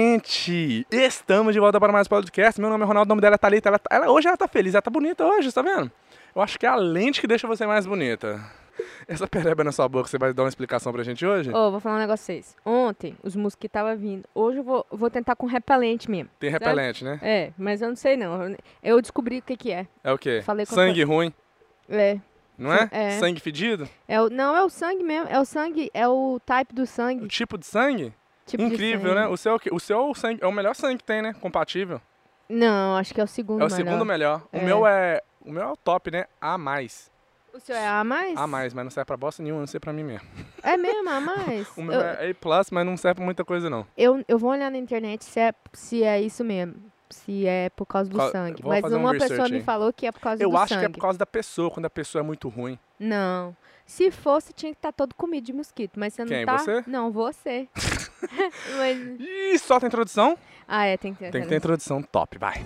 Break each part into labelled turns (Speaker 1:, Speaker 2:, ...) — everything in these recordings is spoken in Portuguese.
Speaker 1: Gente, estamos de volta para mais podcast. Meu nome é Ronaldo, o nome dela é Thalita. Ela, ela- hoje ela tá feliz, ela tá bonita hoje, tá vendo? Eu acho que é a lente que deixa você mais bonita. Essa pereba na sua boca, você vai dar uma explicação pra gente hoje?
Speaker 2: Ô, vou falar um negócio pra vocês. Ontem, os mosquitos estavam vindo. Hoje eu vou, vou tentar com repelente mesmo.
Speaker 1: Tem repelente, né?
Speaker 2: É, mas eu não sei não. Eu descobri o que que é.
Speaker 1: É o quê?
Speaker 2: Falei com a
Speaker 1: Sangue ruim,
Speaker 2: É,
Speaker 1: não é?
Speaker 2: É.
Speaker 1: Sangue fedido?
Speaker 2: é o, não, é o sangue mesmo. É o sangue, é o type do
Speaker 1: O
Speaker 2: sangue.
Speaker 1: tipo de sangue?
Speaker 2: Tipo de
Speaker 1: Incrível, né?
Speaker 2: sangue.
Speaker 1: O seu, é o quê? o seu é o sangue, é o melhor sangue que tem, né? Compatível.
Speaker 2: Não, acho que é o segundo
Speaker 1: é o
Speaker 2: melhor.
Speaker 1: segundo melhor. O
Speaker 2: É.
Speaker 1: meu é. O meu é o top, né? A mais.
Speaker 2: O seu é A mais?
Speaker 1: A mais, mas não serve pra bosta nenhuma, não sei pra mim mesmo.
Speaker 2: É mesmo, A mais?
Speaker 1: O meu
Speaker 2: eu,
Speaker 1: é A, mas não serve pra muita coisa, não.
Speaker 2: eu, eu vou olhar na internet se é, se é isso mesmo. Se é por causa do
Speaker 1: Qual-
Speaker 2: sangue.
Speaker 1: vou
Speaker 2: Mas
Speaker 1: fazer um
Speaker 2: uma pessoa
Speaker 1: research
Speaker 2: me
Speaker 1: aí.
Speaker 2: falou que é por causa
Speaker 1: Eu
Speaker 2: do
Speaker 1: acho
Speaker 2: sangue.
Speaker 1: que é por causa da pessoa, quando a pessoa é muito ruim.
Speaker 2: Não. Se fosse, tinha que estar todo comido de mosquito, mas você não
Speaker 1: Quem,
Speaker 2: tá.
Speaker 1: você?
Speaker 2: Não, você. Mas-
Speaker 1: Ih, solta a introdução.
Speaker 2: Ah, é, tem que ter.
Speaker 1: Tem que ter introdução top, vai.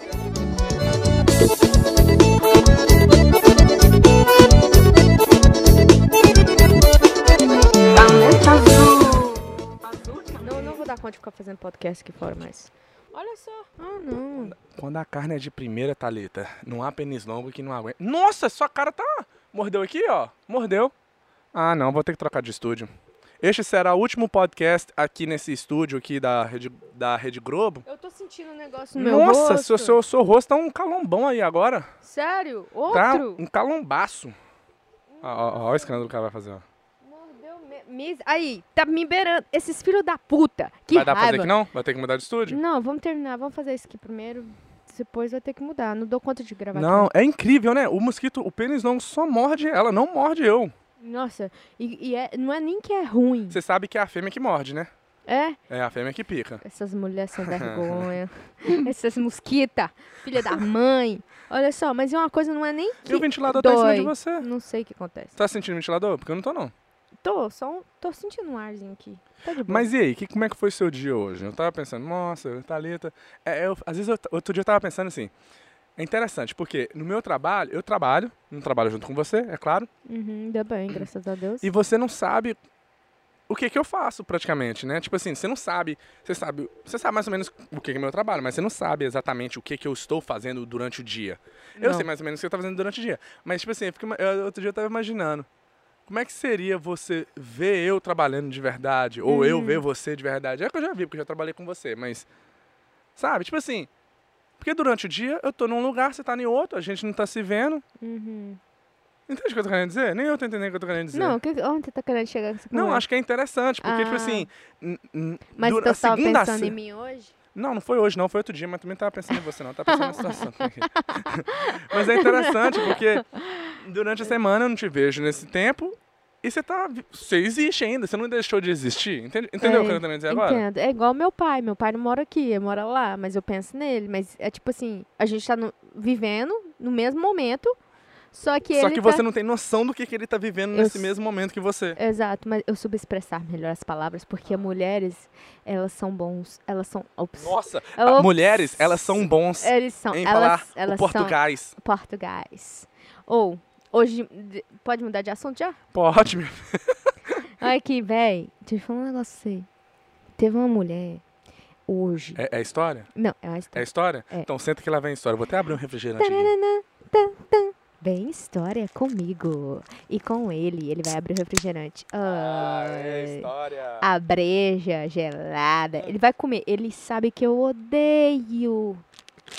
Speaker 2: Não, não vou dar conta de ficar fazendo podcast aqui fora, mas. Olha só. Ah, não.
Speaker 1: Quando a carne é de primeira, Thalita, não há pênis longo que não aguenta. Nossa, sua cara tá... Mordeu aqui, ó. Mordeu. Ah, não, vou ter que trocar de estúdio. Este será o último podcast aqui nesse estúdio aqui da Rede, da Rede Globo.
Speaker 2: Eu tô sentindo um negócio no meu rosto.
Speaker 1: Nossa, seu, seu, seu rosto tá um calombão aí agora.
Speaker 2: Sério?
Speaker 1: Tá
Speaker 2: Outro?
Speaker 1: um calombaço. Ó, ó, ó, o escândalo que ela vai fazer, ó.
Speaker 2: Mordeu me... mis- Aí, tá me beirando. Esses filhos da puta. Que
Speaker 1: vai dar pra
Speaker 2: raiva.
Speaker 1: fazer aqui não? Vai ter que mudar de estúdio?
Speaker 2: Não, vamos terminar. Vamos fazer isso aqui primeiro. Depois vai ter que mudar. Não dou conta de gravar aqui,
Speaker 1: Não, é incrível, né? O mosquito, o pênis não só morde ela, não morde eu.
Speaker 2: Nossa, e, e é- não é nem que é ruim.
Speaker 1: Você sabe que é a fêmea que morde, né?
Speaker 2: É?
Speaker 1: É a fêmea que pica.
Speaker 2: Essas mulheres sem vergonha. Essas mosquitas, filha da mãe. Olha só, mas é uma coisa não é nem que.
Speaker 1: e o ventilador tá em cima
Speaker 2: dói. Tá
Speaker 1: de você.
Speaker 2: Não sei o que acontece.
Speaker 1: Você tá sentindo o ventilador? Porque eu não tô, não.
Speaker 2: Tô, só um- tô sentindo um arzinho aqui. Tá de boa.
Speaker 1: Mas e aí, que, como é que foi seu dia hoje? Eu tava pensando, nossa, Thalita. É, eu- às vezes, eu- outro dia eu tava pensando assim. É interessante, porque no meu trabalho, eu trabalho, não trabalho junto com você, é claro.
Speaker 2: Uhum, ainda bem, graças a Deus.
Speaker 1: e você não sabe o que que eu faço praticamente, né? Tipo assim, você não sabe, você sabe, você sabe mais ou menos o que que é meu trabalho, mas você não sabe exatamente o que que eu estou fazendo durante o dia. Eu
Speaker 2: Não.
Speaker 1: sei mais ou menos o que eu estou fazendo durante o dia, mas tipo assim, eu fico ima- eu- outro dia eu tava imaginando como é que seria você ver eu trabalhando de verdade ou eu
Speaker 2: Hum.
Speaker 1: ver você de verdade? É que eu já vi, porque eu já trabalhei com você, mas sabe? Tipo assim, porque durante o dia eu tô num lugar, você tá em outro, a gente não tá se vendo.
Speaker 2: Uhum.
Speaker 1: Entende o que eu tô querendo dizer? Nem eu tô entendendo o que eu tô querendo dizer.
Speaker 2: Não, o que, onde você tá querendo chegar com essa
Speaker 1: é. Não,
Speaker 2: conversa?
Speaker 1: acho que é interessante, porque, tipo
Speaker 2: Ah.
Speaker 1: assim. n- n-
Speaker 2: Mas
Speaker 1: dura-
Speaker 2: então
Speaker 1: a
Speaker 2: você tava
Speaker 1: segunda a
Speaker 2: pensando
Speaker 1: se-
Speaker 2: em mim hoje?
Speaker 1: Não, não foi hoje, não, foi outro dia, mas também não tava pensando em você, não. Tava pensando na situação. mas é interessante, porque durante a semana eu não te vejo nesse tempo e você tá. vi- Você existe ainda, você não deixou de existir. Entende- Entendeu o que eu tô querendo dizer agora?
Speaker 2: Entendo. É igual meu pai. Meu pai não mora aqui, ele mora lá, mas eu penso nele. Mas é tipo assim, a gente tá no- vivendo no mesmo momento, só que
Speaker 1: Só
Speaker 2: ele
Speaker 1: que
Speaker 2: tá...
Speaker 1: você não tem noção do que, que ele tá vivendo
Speaker 2: Eu
Speaker 1: nesse
Speaker 2: s-
Speaker 1: mesmo momento que você.
Speaker 2: Exato, mas eu soube expressar melhor as palavras,
Speaker 1: Ah.
Speaker 2: porque mulheres, elas são bons, elas são... Ops.
Speaker 1: Nossa,
Speaker 2: Eu-
Speaker 1: a- mulheres, elas são bons
Speaker 2: Eles são,
Speaker 1: em
Speaker 2: elas,
Speaker 1: falar
Speaker 2: elas
Speaker 1: o português.
Speaker 2: são portugais. Ou, hoje, de- pode mudar de assunto já?
Speaker 1: Pode, minha
Speaker 2: Ai, que véi, deixa eu falar um negócio pra você. Teve uma mulher, hoje...
Speaker 1: É, é história?
Speaker 2: Não, é uma
Speaker 1: É
Speaker 2: história.
Speaker 1: história?
Speaker 2: É.
Speaker 1: Então senta que lá vem a história. Vou até abrir um refrigerante aqui.
Speaker 2: Tananã, tan, tan. Vem história comigo. E com ele, ele vai abrir o refrigerante.
Speaker 1: Ah, é
Speaker 2: Ai.
Speaker 1: história.
Speaker 2: a breja gelada. Ele vai comer. Ele sabe que eu odeio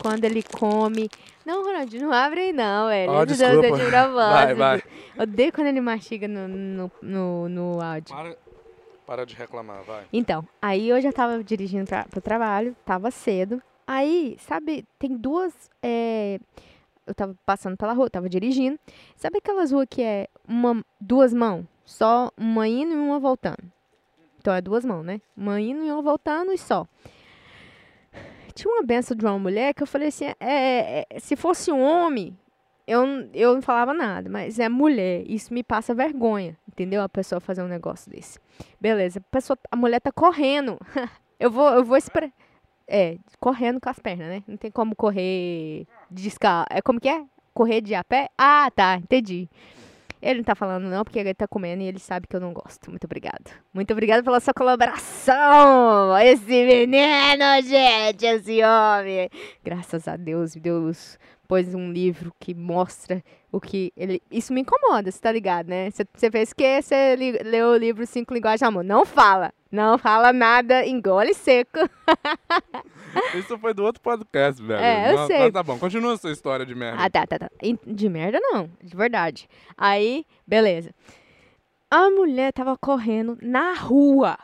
Speaker 2: quando ele come. Não, Ronaldinho, não abre aí não, velho.
Speaker 1: Ó,
Speaker 2: Meu Deus, eu
Speaker 1: desculpa.
Speaker 2: de propósito.
Speaker 1: Vai, vai.
Speaker 2: Odeio quando ele mastiga no, no, no, no áudio.
Speaker 1: Para, para de reclamar, vai.
Speaker 2: Então, aí eu já tava dirigindo pra, pro trabalho, tava cedo. Aí, sabe, tem duas. é, eu tava passando pela rua, tava dirigindo. Sabe aquelas ruas que é uma, duas mãos? Só uma indo e uma voltando. Então é duas mãos, né? Uma indo e uma voltando e só. Tinha uma benção de uma mulher que eu falei assim: é, é, se fosse um homem, eu, n- eu não falava nada, mas é mulher. Isso me passa vergonha, entendeu? A pessoa fazer um negócio desse. Beleza, a, pessoa, a mulher tá correndo. eu vou, eu vou esperar. É, correndo com as pernas, né? Não tem como correr descalço. É como que é? Correr de a pé? Ah, tá, entendi. Ele não tá falando não, porque ele tá comendo e ele sabe que eu não gosto. Muito obrigado. Muito obrigado pela sua colaboração. Esse menino, gente, esse homem. Graças a Deus, Deus pôs um livro que mostra o que ele... Isso me incomoda, você tá ligado, né? Você- Você fez que você li- leu o livro Cinco Linguagens de Amor. Não fala. Não fala nada, engole seco.
Speaker 1: Isso foi do outro podcast, velho.
Speaker 2: É, eu
Speaker 1: Mas-
Speaker 2: sei.
Speaker 1: Mas tá bom, continua essa história de merda.
Speaker 2: Ah, tá, tá, tá. E De merda não, de verdade. Aí, beleza. A mulher tava correndo na rua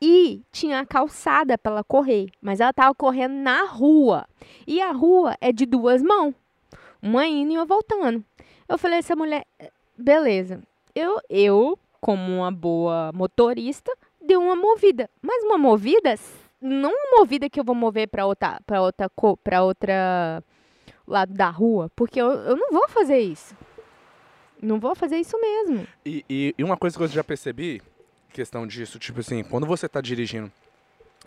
Speaker 2: e tinha a calçada pra ela correr, mas ela tava correndo na rua. E a rua é de duas mãos, uma indo e uma voltando. Eu falei essa mulher, eh, beleza. Eu, eu, como uma boa motorista, dei uma movida, mas uma movida, não uma movida que eu vou mover pra outra, para outra, co- pra outra lado da rua, porque eu, eu não vou fazer isso. Não vou fazer isso mesmo.
Speaker 1: E, e- e uma coisa que eu já percebi, questão disso, tipo assim, quando você tá dirigindo,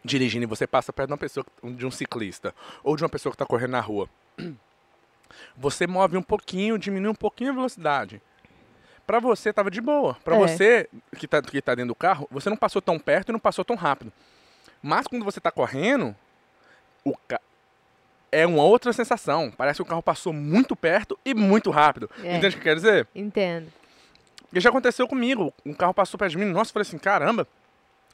Speaker 1: dirigindo e você passa perto de uma pessoa, de um ciclista, ou de uma pessoa que tá correndo na rua, você move um pouquinho, diminui um pouquinho a velocidade. Pra você tava de boa. Pra
Speaker 2: É.
Speaker 1: você que tá, que tá dentro do carro, você não passou tão perto e não passou tão rápido. Mas quando você tá correndo, o ca- é uma outra sensação. Parece que o carro passou muito perto e muito rápido.
Speaker 2: É.
Speaker 1: Entende o que quer dizer?
Speaker 2: Entendo.
Speaker 1: E já aconteceu comigo. Um carro passou perto de mim. Nossa, eu falei assim, caramba.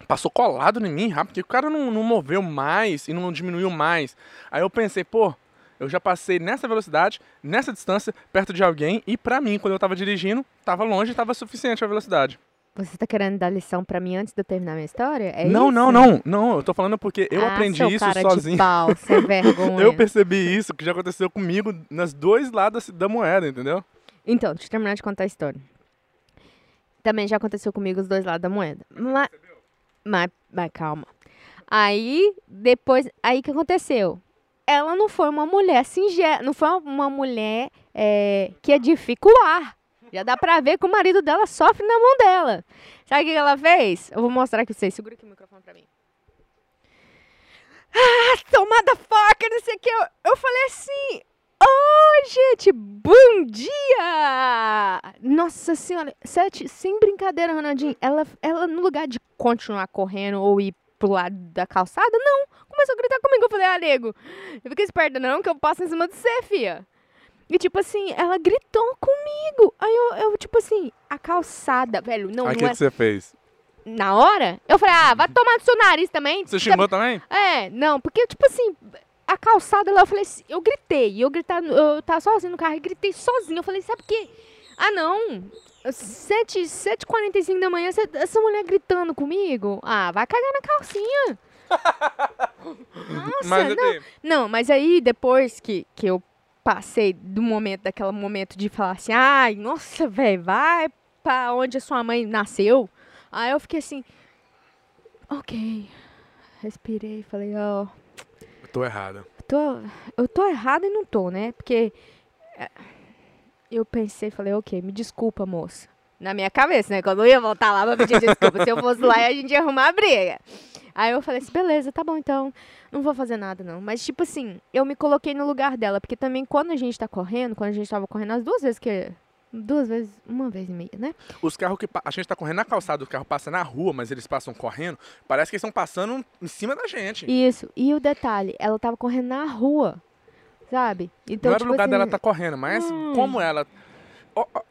Speaker 1: Passou colado em mim, rápido. Porque o cara não, não moveu mais e não diminuiu mais. Aí eu pensei, pô, eu já passei nessa velocidade, nessa distância, perto de alguém. E pra mim, quando eu tava dirigindo, tava longe e tava suficiente a velocidade.
Speaker 2: Você tá querendo dar lição pra mim antes de eu terminar minha história? É
Speaker 1: não,
Speaker 2: isso?
Speaker 1: não, não. Não, eu tô falando porque eu
Speaker 2: Ah,
Speaker 1: aprendi
Speaker 2: seu
Speaker 1: isso
Speaker 2: cara
Speaker 1: sozinho.
Speaker 2: De pau, sem vergonha.
Speaker 1: Eu percebi isso, que já aconteceu comigo nas dois lados da moeda, entendeu?
Speaker 2: Então, deixa eu terminar de contar a história. Também já aconteceu comigo os dois lados da moeda. Mas, mas, mas calma. Aí, depois, aí que aconteceu? Ela não foi uma mulher singela, não foi uma mulher é, que edifica o ar. Já dá pra ver que o marido dela sofre na mão dela. Sabe o que ela fez? Eu vou mostrar aqui pra vocês. Segura aqui o microfone pra mim. Ah, tomada foca, não sei o que. Eu, eu falei assim, Oi, gente! Bom dia! Nossa senhora, sete, sem brincadeira, Ronaldinho. Ela, ela, no lugar de continuar correndo ou ir pro lado da calçada, não. Começou a gritar comigo. Eu falei, ah, nego, não fica esperta não, que eu passo em cima de você, fia. E, tipo assim, ela gritou comigo. Aí eu, eu, tipo assim, a calçada, velho, não,
Speaker 1: Aí o que,
Speaker 2: não é...
Speaker 1: que você fez?
Speaker 2: Na hora, eu falei, ah, vai tomar no seu nariz também.
Speaker 1: Você
Speaker 2: Fica
Speaker 1: xingou também?
Speaker 2: é, não, porque, tipo assim, a calçada lá, eu falei assim, eu gritei, e eu gritar, eu tava sozinho no carro e gritei sozinho, eu falei, sabe o quê? Ah, não, 7, 7h45 da manhã, cê- essa mulher gritando comigo, ah, vai cagar na calcinha. Nossa,
Speaker 1: Mas eu
Speaker 2: não,
Speaker 1: tenho-
Speaker 2: não, mas aí depois que, que eu passei do momento, daquele momento de falar assim, ai, nossa, velho, vai pra onde a sua mãe nasceu. Aí eu fiquei assim, ok, respirei, falei, ó,
Speaker 1: eu tô errada.
Speaker 2: tô, eu tô errada e não tô, né? Porque é, eu pensei, falei, ok, me desculpa, moça. Na minha cabeça, né? Que eu não ia voltar lá pra pedir desculpa. Se eu fosse lá, a gente ia arrumar a briga. Aí eu falei assim, beleza, tá bom, então. Não vou fazer nada, não. Mas, tipo assim, eu me coloquei no lugar dela. Porque também, quando a gente tá correndo, quando a gente tava correndo, as duas vezes que... Duas vezes, uma vez e meia, né?
Speaker 1: Os carros que. pa- A gente tá correndo na calçada, o carro passa na rua, mas eles passam correndo. Parece que eles estão passando um, em cima da gente.
Speaker 2: Isso. E o detalhe, ela tava correndo na rua, sabe? Então,
Speaker 1: não era
Speaker 2: tipo
Speaker 1: o lugar
Speaker 2: assim,
Speaker 1: dela tá correndo, mas
Speaker 2: Hum.
Speaker 1: como ela. Ó, ó,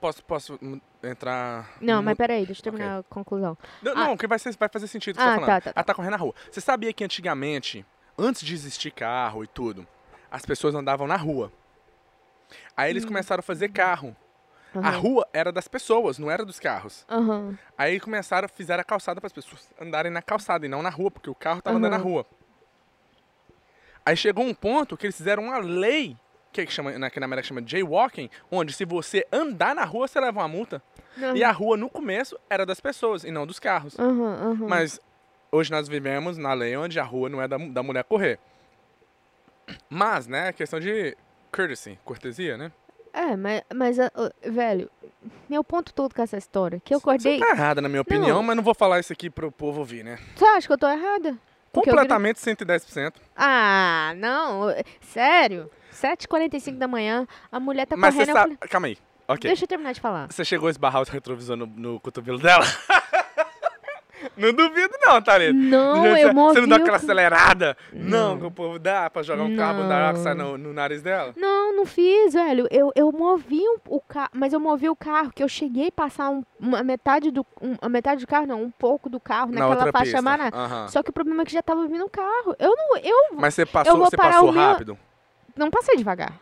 Speaker 1: posso, posso hum, entrar.
Speaker 2: Não,
Speaker 1: no-
Speaker 2: mas peraí, deixa eu terminar a conclusão.
Speaker 1: Não,
Speaker 2: ah.
Speaker 1: não, que vai, ser- vai fazer sentido o que
Speaker 2: Ah,
Speaker 1: você tá falando.
Speaker 2: tá, tá, tá.
Speaker 1: Ela tá correndo na rua. Você sabia que antigamente, antes de existir carro e tudo, as pessoas andavam na rua. Aí eles começaram a fazer carro. A
Speaker 2: Hum. Aham.
Speaker 1: rua era das pessoas, não era dos carros.
Speaker 2: Aham.
Speaker 1: Aí começaram, fizeram a calçada para as pessoas andarem na calçada e não na rua, porque o carro tava andando na
Speaker 2: Aham.
Speaker 1: rua. Aí chegou um ponto que eles fizeram uma lei, que, é que chama, na, que na América chama jaywalking, onde se você andar na rua, você leva uma multa. E a rua, no começo, era das pessoas e não dos carros.
Speaker 2: Aham, aham.
Speaker 1: Mas hoje nós vivemos na lei onde a rua não é da, mu- da mulher correr. Mas, né, é questão de courtesy, cortesia, né?
Speaker 2: É, mas, mas ah, ah, velho, meu ponto todo com essa história, que eu acordei...
Speaker 1: Você tá errada, na minha opinião,
Speaker 2: Não.
Speaker 1: mas não vou falar isso aqui pro povo ouvir, né?
Speaker 2: Você acha que eu tô errada? Porque eu gri-
Speaker 1: Completamente 110%.
Speaker 2: Ah, não, eh, sério? 7h45 da manhã, a mulher tá
Speaker 1: Mas você
Speaker 2: correndo... eu
Speaker 1: sabe.
Speaker 2: falei-
Speaker 1: Calma aí. Ok.
Speaker 2: Deixa eu terminar de falar.
Speaker 1: Você chegou a esbarrar o seu retrovisor no, no cotovelo dela? não duvido, não, Thalita. Do
Speaker 2: Não,
Speaker 1: jeito que
Speaker 2: eu
Speaker 1: você-
Speaker 2: movi
Speaker 1: Você não dá
Speaker 2: o
Speaker 1: aquela
Speaker 2: co-
Speaker 1: acelerada? Não, que o povo dá pra jogar um carro, dar água
Speaker 2: Não.
Speaker 1: sai no, no nariz dela?
Speaker 2: Não, não fiz, velho. Eu, eu movi um- o carro, mas eu movi o carro, que eu cheguei a passar um- uma metade do. um- a metade do carro, não, um pouco do carro
Speaker 1: Na
Speaker 2: naquela
Speaker 1: outra
Speaker 2: faixa
Speaker 1: pista.
Speaker 2: Maná.
Speaker 1: Aham.
Speaker 2: Só que o problema é que já tava vindo um carro. Eu não. Eu
Speaker 1: Mas você passou,
Speaker 2: vou
Speaker 1: você
Speaker 2: parar
Speaker 1: passou
Speaker 2: o meu-
Speaker 1: rápido?
Speaker 2: não passei devagar.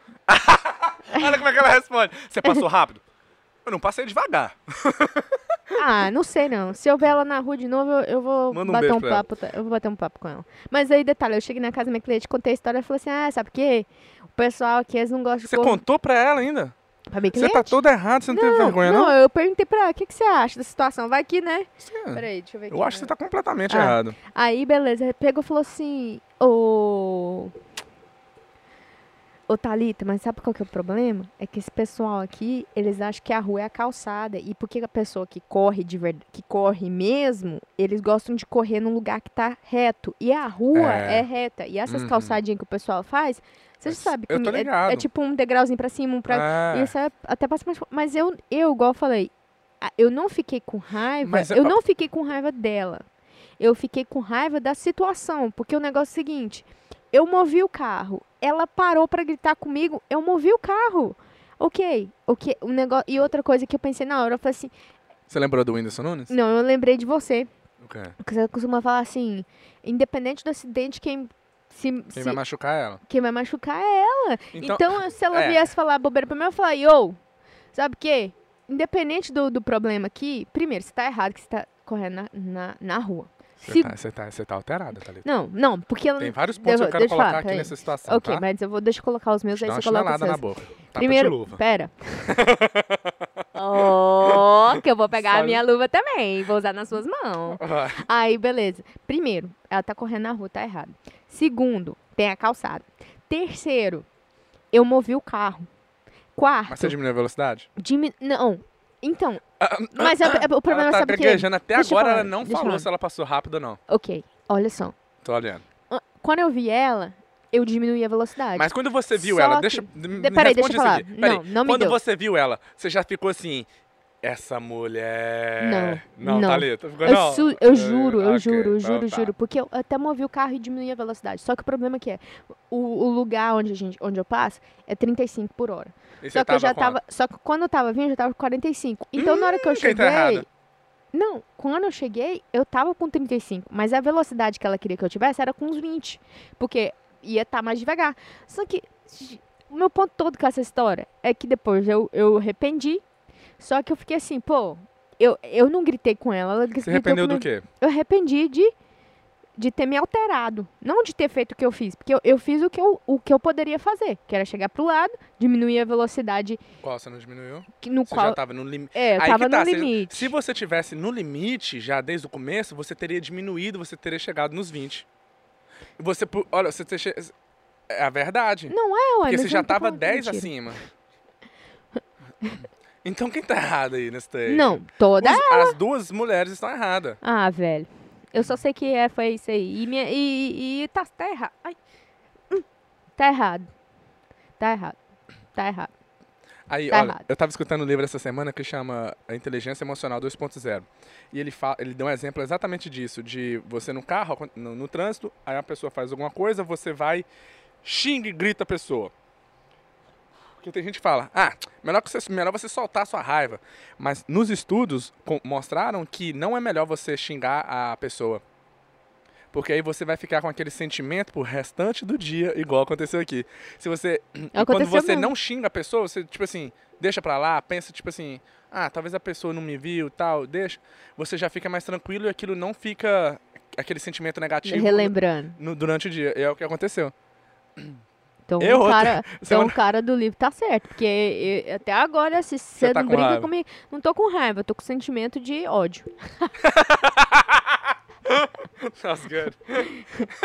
Speaker 1: Olha como é que ela responde. Você passou rápido? Eu não passei devagar.
Speaker 2: Ah, não sei não. Se eu ver ela na rua de novo, eu, eu vou
Speaker 1: Manda um
Speaker 2: bater
Speaker 1: beijo
Speaker 2: um
Speaker 1: pra ela.
Speaker 2: papo. tá? Eu vou bater um papo com ela. Mas aí, detalhe, eu cheguei na casa da minha cliente, contei a história e falei assim: ah, sabe por quê? O pessoal aqui, eles não gostam de
Speaker 1: Você
Speaker 2: correr
Speaker 1: contou pra ela ainda?
Speaker 2: pra minha
Speaker 1: Você
Speaker 2: cliente.
Speaker 1: tá toda errada, você não, teve vergonha, não?
Speaker 2: eu perguntei pra ela, o que, que você acha da situação? Vai aqui, né?
Speaker 1: Você-
Speaker 2: Peraí, deixa eu ver aqui.
Speaker 1: é Eu acho que você tá completamente
Speaker 2: Ah.
Speaker 1: errado.
Speaker 2: Aí, beleza, pegou e falou assim, ô... Ô, Thalita, mas sabe qual que é o problema? É que esse pessoal aqui, eles acham que a rua é a calçada. E porque a pessoa que corre de verdade, que corre mesmo, eles gostam de correr num lugar que tá reto. E a rua
Speaker 1: É.
Speaker 2: é, reta. E essas
Speaker 1: Uhum.
Speaker 2: calçadinhas que o pessoal faz, você
Speaker 1: Mas
Speaker 2: já sabe.
Speaker 1: eu tô
Speaker 2: como é-
Speaker 1: ligado.
Speaker 2: É, tipo um degrauzinho pra cima, um pra...
Speaker 1: É.
Speaker 2: Isso é até passa mais. Mas eu, eu, igual eu falei, a- eu não fiquei com raiva.
Speaker 1: Mas
Speaker 2: eu
Speaker 1: a-
Speaker 2: não fiquei com raiva dela. Eu fiquei com raiva da situação. Porque o negócio é o seguinte: eu movi o carro. Ela parou pra gritar comigo. Eu movi o carro. Ok, ok. O negócio... E outra coisa que eu pensei na hora, eu falei assim:
Speaker 1: Você lembrou do Whindersson Nunes?
Speaker 2: não, eu lembrei de você.
Speaker 1: Ok.
Speaker 2: Porque você costuma falar assim: independente do acidente, quem, se,
Speaker 1: Quem
Speaker 2: se-
Speaker 1: vai machucar ela?
Speaker 2: quem vai machucar é ela.
Speaker 1: Então,
Speaker 2: Então, se ela
Speaker 1: é.
Speaker 2: viesse falar bobeira pra mim, eu ia falar, yo, sabe o quê? Independente do, do problema aqui, primeiro, você tá errado que você tá correndo na, na, na rua.
Speaker 1: você,
Speaker 2: Se-
Speaker 1: tá, você, tá, você tá alterada, Thalita.
Speaker 2: Não, não, porque ela.
Speaker 1: Tem vários pontos que eu
Speaker 2: Deixa-
Speaker 1: quero
Speaker 2: deixa eu falar,
Speaker 1: colocar aqui
Speaker 2: peraí.
Speaker 1: nessa situação,
Speaker 2: Ok,
Speaker 1: tá?
Speaker 2: mas eu vou deixa eu colocar os meus,
Speaker 1: Dá
Speaker 2: aí
Speaker 1: uma
Speaker 2: você coloca os
Speaker 1: chinelada na
Speaker 2: seus.
Speaker 1: boca. Tapa de
Speaker 2: Primeiro,
Speaker 1: luva.
Speaker 2: pera. oh, que eu vou pegar a
Speaker 1: Sabe?
Speaker 2: minha luva também. Vou usar nas suas mãos.
Speaker 1: Vai.
Speaker 2: Aí, beleza. Primeiro, ela tá correndo na rua, tá errado. Segundo, tem a calçada. Terceiro, eu movi o carro. Quarto.
Speaker 1: Mas você diminuiu a velocidade?
Speaker 2: Dimi... Não. Então. Mas é- é- o problema é
Speaker 1: Ah, ela tá
Speaker 2: sabe o quê?
Speaker 1: gaguejando até
Speaker 2: Deixa eu
Speaker 1: agora,
Speaker 2: falar,
Speaker 1: ela não
Speaker 2: deixa eu
Speaker 1: falou
Speaker 2: falar.
Speaker 1: se ela passou rápido ou não.
Speaker 2: Ok, olha só.
Speaker 1: Tô olhando.
Speaker 2: Quando eu vi ela, eu diminuí a velocidade.
Speaker 1: Mas quando você viu
Speaker 2: Só
Speaker 1: ela,
Speaker 2: que-
Speaker 1: deixa. me
Speaker 2: De-
Speaker 1: responde
Speaker 2: peraí, deixa eu
Speaker 1: isso
Speaker 2: falar.
Speaker 1: aqui. Peraí.
Speaker 2: Não, não me
Speaker 1: Quando
Speaker 2: deu.
Speaker 1: você viu ela, você já ficou assim. Essa mulher. Não,
Speaker 2: não.
Speaker 1: Thalita. Ficou,
Speaker 2: Eu,
Speaker 1: não.
Speaker 2: su- eu
Speaker 1: Eh,
Speaker 2: juro, eu
Speaker 1: ok,
Speaker 2: juro,
Speaker 1: então
Speaker 2: eu juro,
Speaker 1: tá.
Speaker 2: juro. Porque eu até movi o carro e diminuí a velocidade. Só que o problema que é, o, o lugar onde, a gente, onde eu passo é 35 por hora.
Speaker 1: E
Speaker 2: Só
Speaker 1: você
Speaker 2: que eu já
Speaker 1: quanto?
Speaker 2: tava. Só que quando eu tava vindo, eu já tava com 45. Então na hora que eu
Speaker 1: quem
Speaker 2: cheguei.
Speaker 1: tá errado?
Speaker 2: não, quando eu cheguei, eu tava com 35. Mas a velocidade que ela queria que eu tivesse era com uns 20. Porque ia estar mais devagar. Só que. gi- O meu ponto todo com essa história é que depois eu, eu arrependi. Só que eu fiquei assim, pô, eu, eu não gritei com ela. Ela
Speaker 1: Você arrependeu do
Speaker 2: comigo.
Speaker 1: quê?
Speaker 2: Eu arrependi de, de ter me alterado. Não de ter feito o que eu fiz. Porque eu, eu fiz o que eu, o que eu poderia fazer. Que era chegar pro lado, diminuir a velocidade
Speaker 1: Qual você não diminuiu?
Speaker 2: que- no
Speaker 1: Você
Speaker 2: qual.
Speaker 1: já tava no limite.
Speaker 2: É, eu
Speaker 1: Aí
Speaker 2: tava
Speaker 1: que tá,
Speaker 2: no
Speaker 1: você-
Speaker 2: limite.
Speaker 1: Se você tivesse no limite já desde o começo, você teria diminuído, você teria chegado nos 20. Você, pu- olha, você ter che- é a verdade.
Speaker 2: Não é, ué.
Speaker 1: porque
Speaker 2: mas
Speaker 1: você
Speaker 2: eu
Speaker 1: já
Speaker 2: não tô
Speaker 1: tava assim,
Speaker 2: falando que é
Speaker 1: 10
Speaker 2: mentira.
Speaker 1: acima. Então quem tá errado aí nesse texto?
Speaker 2: Não, toda.
Speaker 1: Os- as duas mulheres estão erradas.
Speaker 2: Ah, velho. Eu só sei que é, foi isso aí. E, minha, e, e- e tá, tá errado. Ai. Hum. Tá errado. Tá errado. Tá errado.
Speaker 1: Aí,
Speaker 2: Tá
Speaker 1: olha,
Speaker 2: errado.
Speaker 1: eu tava escutando um livro essa semana que chama A Inteligência Emocional 2.0. E ele fala, ele deu um exemplo exatamente disso, de você no carro, no, no trânsito, aí a pessoa faz alguma coisa, você vai xinga e grita a pessoa. Porque tem gente que fala, ah, melhor, que você, melhor você soltar a sua raiva. Mas nos estudos com- mostraram que não é melhor você xingar a pessoa. Porque aí você vai ficar com aquele sentimento pro restante do dia, igual aconteceu aqui. Se você. e quando
Speaker 2: Aconteceu
Speaker 1: você
Speaker 2: mesmo.
Speaker 1: não xinga a pessoa, você, tipo assim, deixa pra lá, pensa, tipo assim, ah, talvez a pessoa não me viu tal, deixa. Você já fica mais tranquilo e aquilo não fica. aquele sentimento negativo
Speaker 2: Relembrando.
Speaker 1: no- durante o dia. E é o que aconteceu.
Speaker 2: Então,
Speaker 1: Eu
Speaker 2: o
Speaker 1: outra-
Speaker 2: cara, então
Speaker 1: Semana-
Speaker 2: o cara do livro tá certo. Porque eu- eu- até agora, se você
Speaker 1: tá
Speaker 2: não
Speaker 1: com
Speaker 2: brinca
Speaker 1: raiva.
Speaker 2: comigo. Não tô com raiva, eu tô com sentimento de ódio.
Speaker 1: That's good.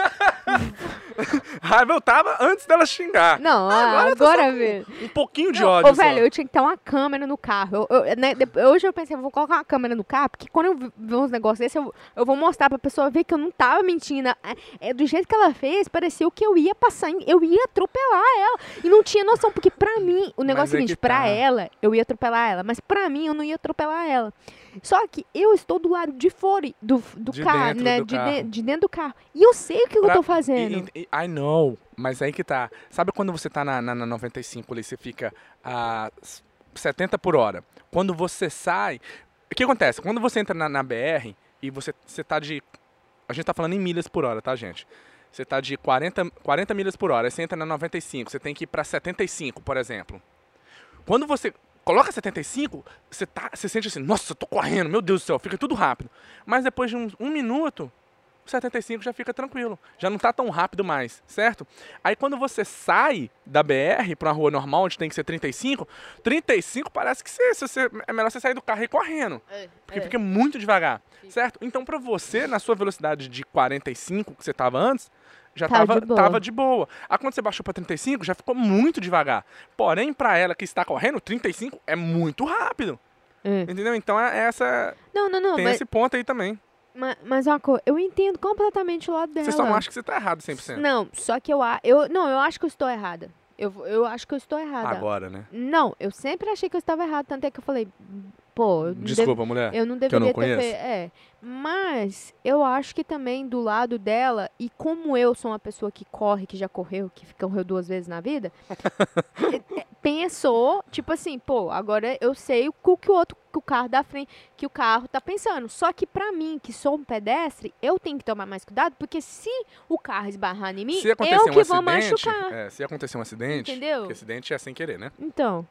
Speaker 1: Raiva eu tava antes dela xingar.
Speaker 2: Não, agora,
Speaker 1: Agora eu tô só
Speaker 2: agora
Speaker 1: com
Speaker 2: velho.
Speaker 1: Um pouquinho de
Speaker 2: Não,
Speaker 1: ódio
Speaker 2: Ô,
Speaker 1: só.
Speaker 2: velho, eu tinha que ter uma câmera no carro. Eu- eu, né, de- hoje eu pensei, eu vou colocar uma câmera no carro, porque quando eu vi- ver uns negócios desses, eu, eu vou mostrar pra pessoa ver que eu não tava mentindo. É, é, do jeito que ela fez, pareceu que eu ia passar, em- eu ia atropelar ela. E não tinha noção, porque pra mim, o negócio é o
Speaker 1: é que
Speaker 2: seguinte, pra
Speaker 1: tá.
Speaker 2: ela, eu ia atropelar ela, mas pra mim, eu não ia atropelar ela. Só que eu estou do lado de fora do, do
Speaker 1: De
Speaker 2: carro,
Speaker 1: dentro
Speaker 2: né?
Speaker 1: do
Speaker 2: de,
Speaker 1: carro.
Speaker 2: de dentro do carro. E eu sei o que eu
Speaker 1: Pra-
Speaker 2: tô fazendo.
Speaker 1: E, e, I know, mas aí que tá. Sabe quando você tá na, na, na 95 ali, você fica a s- 70 por hora? Quando você sai. O que acontece? Quando você entra na, na BR e você, você tá de. A gente tá falando em milhas por hora, tá, gente? Você tá de 40, 40 milhas por hora, aí você entra na 95, você tem que ir pra 75, por exemplo. Quando você coloca 75, você, tá, você sente assim, nossa, eu tô correndo, meu Deus do céu, fica tudo rápido. Mas depois de um, um minuto, o 75 já fica tranquilo, já não tá tão rápido mais, certo? Aí quando você sai da BR pra uma rua normal, onde tem que ser 35, 35 parece que você, se você- é melhor você sair do carro e ir correndo,
Speaker 2: É.
Speaker 1: porque fica muito devagar, certo? Então pra você, na sua velocidade de 45 que você tava antes, já
Speaker 2: Tava
Speaker 1: tava,
Speaker 2: Tá de boa.
Speaker 1: tava de boa. Aí quando você baixou pra 35, já ficou muito devagar. Porém, pra ela que está correndo, 35 é muito rápido.
Speaker 2: É.
Speaker 1: Entendeu? Então é essa,
Speaker 2: Não, não, não.
Speaker 1: tem
Speaker 2: Mas,
Speaker 1: esse ponto aí também.
Speaker 2: ma- mas uma coisa, eu entendo completamente o lado dela.
Speaker 1: Você só não acha que você tá errado 100%.
Speaker 2: Não, só que eu, a- eu não, eu acho que eu estou errada. Eu, eu acho que eu estou errada.
Speaker 1: Agora, né?
Speaker 2: Não, eu sempre achei que eu estava errada, tanto é que eu falei, pô, eu não, dev-
Speaker 1: Desculpa, mulher.
Speaker 2: eu não
Speaker 1: que eu
Speaker 2: deveria
Speaker 1: não
Speaker 2: ter
Speaker 1: conheço.
Speaker 2: feito. É. Mas eu acho que também do lado dela, e como eu sou uma pessoa que corre, que já correu, que fica- correu duas vezes na vida, é, é, pensou, tipo assim, pô, agora eu sei o que o que o outro, que o carro da frente, que o carro tá pensando. Só que pra mim, que sou um pedestre, eu tenho que tomar mais cuidado, porque se o carro esbarrar em mim,
Speaker 1: Se
Speaker 2: eu que
Speaker 1: acontecer um
Speaker 2: vou
Speaker 1: acidente,
Speaker 2: machucar.
Speaker 1: é, se acontecer um acidente,
Speaker 2: Entendeu?
Speaker 1: porque acidente é sem querer, né?
Speaker 2: Então,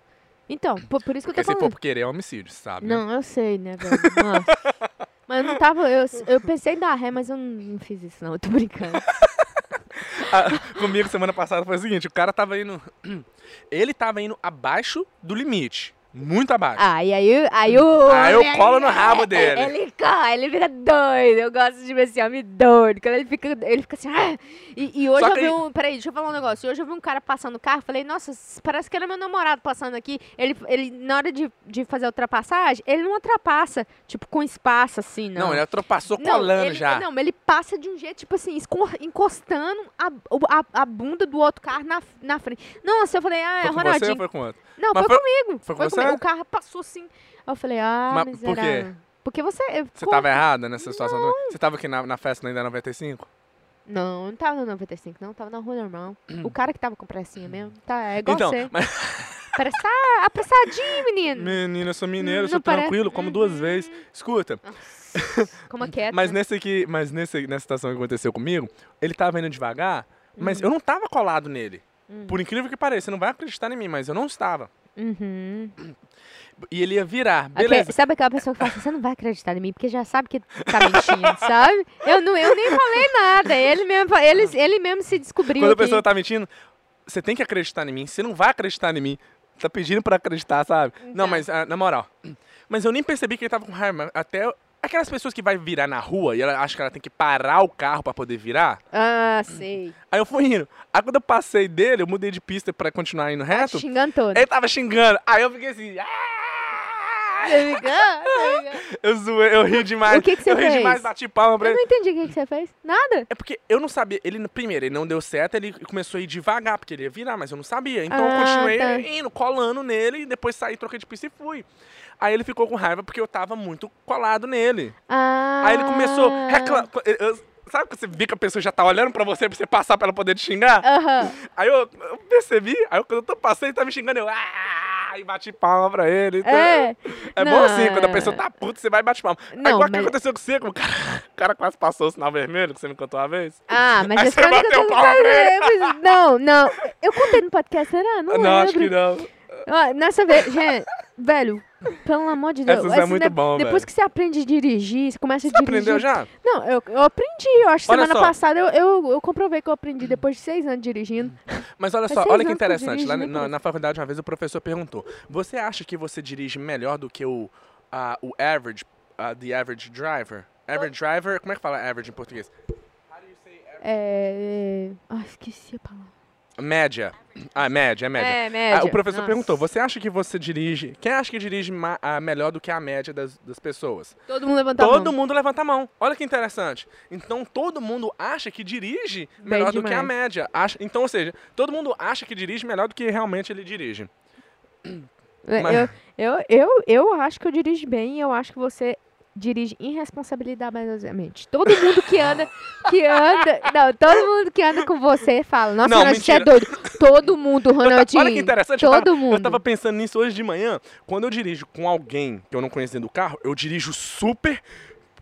Speaker 2: então, por, por isso que
Speaker 1: Porque
Speaker 2: eu tô
Speaker 1: se
Speaker 2: falando.
Speaker 1: for por querer é homicídio, sabe? né?
Speaker 2: Não, eu sei, né, velho? Nossa. Mas eu não tava. Eu, eu pensei em dar ré, mas eu não, não fiz isso, não. Eu tô brincando.
Speaker 1: Ah, comigo semana passada foi o seguinte, o cara tava indo ele tava indo abaixo do limite, muito abaixo.
Speaker 2: Ah, e aí, aí o.
Speaker 1: Aí Ah, eu
Speaker 2: homem- é,
Speaker 1: colo no rabo dele.
Speaker 2: Ele cai, ele fica doido. Eu gosto de ver esse homem doido. Quando ele fica, ele fica assim. "Ah!" E, e hoje
Speaker 1: Só
Speaker 2: eu
Speaker 1: que-
Speaker 2: vi um. Peraí, deixa eu falar um negócio. Hoje eu vi um cara passando o carro. Falei, nossa, parece que era meu namorado passando aqui. Ele, ele na hora de, de fazer a ultrapassagem, ele não ultrapassa, tipo, com espaço assim, não.
Speaker 1: não, ele ultrapassou colando
Speaker 2: ele,
Speaker 1: já.
Speaker 2: Não, mas ele passa de um jeito, tipo assim, esco- encostando a, o- a, a bunda do outro carro na, na frente. Nossa, eu falei,
Speaker 1: foi
Speaker 2: ah, é
Speaker 1: com você
Speaker 2: Ronaldinho.
Speaker 1: ou foi com outro?
Speaker 2: Não,
Speaker 1: Mas
Speaker 2: foi,
Speaker 1: foi-
Speaker 2: comigo.
Speaker 1: foi com você?
Speaker 2: comigo. O carro passou assim. Aí Eu falei, ah,
Speaker 1: Mas por
Speaker 2: miserável. Porque você. eu-
Speaker 1: Você
Speaker 2: co-
Speaker 1: tava errada nessa situação? também? Você tava aqui na, na festa ainda 95?
Speaker 2: Não, eu não tava no 95, não. Tava na rua normal. o cara que tava com pressinha mesmo. Tá, é igual
Speaker 1: então,
Speaker 2: você.
Speaker 1: mas,
Speaker 2: Parece que tá apressadinho, menino.
Speaker 1: menina, eu sou
Speaker 2: Hum,
Speaker 1: mineiro, eu
Speaker 2: não
Speaker 1: sou tranquilo,
Speaker 2: parece-
Speaker 1: como duas
Speaker 2: Uhum.
Speaker 1: vezes. Escuta,
Speaker 2: Nossa, Como é que é?
Speaker 1: Mas
Speaker 2: né?
Speaker 1: nesse aqui, mas nesse, nessa situação que aconteceu comigo, ele tava indo devagar, mas eu não tava colado nele.
Speaker 2: Hum.
Speaker 1: Por incrível que pareça, você não vai acreditar em mim, mas eu não estava.
Speaker 2: Uhum.
Speaker 1: E ele ia virar,
Speaker 2: Aquele-
Speaker 1: beleza.
Speaker 2: sabe aquela pessoa que fala assim, você não vai acreditar em mim, porque já sabe que tá mentindo, sabe? Eu, não, eu nem falei nada, ele mesmo, fa- ele, ele mesmo se descobriu
Speaker 1: Quando a
Speaker 2: que-
Speaker 1: pessoa tá mentindo, você tem que acreditar em mim, você não vai acreditar em mim. Tá pedindo pra acreditar, sabe?
Speaker 2: Então.
Speaker 1: Não, mas ah, na moral. Mas eu nem percebi que ele tava com raiva. Até aquelas pessoas que vai virar na rua e ela acha que ela tem que parar o carro pra poder virar.
Speaker 2: Ah, sei.
Speaker 1: Aí eu fui indo. Aí quando eu passei dele, eu mudei de pista pra continuar indo
Speaker 2: Tá
Speaker 1: reto.
Speaker 2: xingando todo.
Speaker 1: Ele tava xingando. Aí eu fiquei assim. "Ah!"
Speaker 2: Tá ligado? Tá ligado?
Speaker 1: Eu zoei, eu ri demais.
Speaker 2: O que que você
Speaker 1: eu ri
Speaker 2: fez?
Speaker 1: demais, bati palma pra
Speaker 2: Eu
Speaker 1: ele.
Speaker 2: não entendi o que, que você fez. Nada?
Speaker 1: É porque eu não sabia. Ele, primeiro, ele não deu certo, ele começou a ir devagar, porque ele ia virar, mas eu não sabia. Então eu
Speaker 2: Ah,
Speaker 1: continuei
Speaker 2: tá.
Speaker 1: indo, colando nele, e depois saí, troquei de pista e fui. Aí ele ficou com raiva porque eu tava muito colado nele.
Speaker 2: Ah.
Speaker 1: Aí ele começou a reclamar. Sabe quando você vê que a pessoa já tá olhando pra você pra você passar pra ela poder te xingar?
Speaker 2: Aham.
Speaker 1: Aí eu, eu percebi, aí eu- quando eu tô passando, ele tá me xingando, eu. Ah! E bati palma pra ele. Então,
Speaker 2: É.
Speaker 1: É
Speaker 2: Não,
Speaker 1: bom assim, quando a
Speaker 2: é.
Speaker 1: pessoa tá puta, você vai e bate palma.
Speaker 2: Não,
Speaker 1: Agora o que
Speaker 2: mas-
Speaker 1: aconteceu com você? que O cara, o cara quase passou o sinal vermelho que você me contou uma vez.
Speaker 2: Ah, mas
Speaker 1: Aí
Speaker 2: esse
Speaker 1: você
Speaker 2: cara
Speaker 1: bateu
Speaker 2: que eu tô
Speaker 1: palma pra
Speaker 2: fazendo- Não, não. Eu contei no podcast, será? Não,
Speaker 1: não,
Speaker 2: lembro.
Speaker 1: acho que não.
Speaker 2: Ó, nessa vez, gente, velho, pelo amor de Deus.
Speaker 1: Essas é
Speaker 2: esse
Speaker 1: muito
Speaker 2: ne-
Speaker 1: bom,
Speaker 2: Depois
Speaker 1: velho.
Speaker 2: que você aprende a dirigir, você começa a
Speaker 1: Você
Speaker 2: dirigir.
Speaker 1: aprendeu já?
Speaker 2: Não, eu, eu aprendi. Eu acho que
Speaker 1: Olha
Speaker 2: semana
Speaker 1: só.
Speaker 2: passada eu, eu, eu comprovei que eu aprendi depois de seis anos dirigindo.
Speaker 1: Mas olha
Speaker 2: Faz
Speaker 1: só,
Speaker 2: seis
Speaker 1: olha que
Speaker 2: anos que eu
Speaker 1: interessante. Lá
Speaker 2: dirijo, né,
Speaker 1: na,
Speaker 2: cara?
Speaker 1: na faculdade, uma vez o professor perguntou: Você acha que você dirige melhor do que o, ah, o average, ah, the average driver? Average driver, como é que fala average em português? How do you say
Speaker 2: É. Ah, esqueci a palavra.
Speaker 1: Média. Ah, média, é média.
Speaker 2: É,
Speaker 1: Ah,
Speaker 2: média.
Speaker 1: o professor
Speaker 2: Nossa.
Speaker 1: perguntou: você acha que você dirige. Quem acha que dirige ma- ah, melhor do que a média das, das pessoas?
Speaker 2: Todo mundo levantou a
Speaker 1: todo
Speaker 2: mão.
Speaker 1: mundo levanta a mão. Olha que interessante. Então todo mundo acha que dirige melhor do que a
Speaker 2: demais.
Speaker 1: média. Acha- então, ou seja, todo mundo acha que dirige melhor do que realmente ele dirige.
Speaker 2: É,
Speaker 1: Mas-
Speaker 2: Eu, eu, eu, eu acho que eu dirijo bem e eu acho que você dirige irresponsabilidadamente. assim, Todo mundo que anda, que anda, não, todo mundo que anda com você fala, nossa,
Speaker 1: Não,
Speaker 2: Ronaldinho, você é
Speaker 1: mentira.
Speaker 2: doido. Todo mundo, Ronaldinho,
Speaker 1: Tá, Olha que interessante. eu
Speaker 2: todo
Speaker 1: tava,
Speaker 2: mundo.
Speaker 1: Eu tava pensando nisso hoje de manhã. Quando eu dirijo com alguém que eu não conheço dentro do carro, eu dirijo super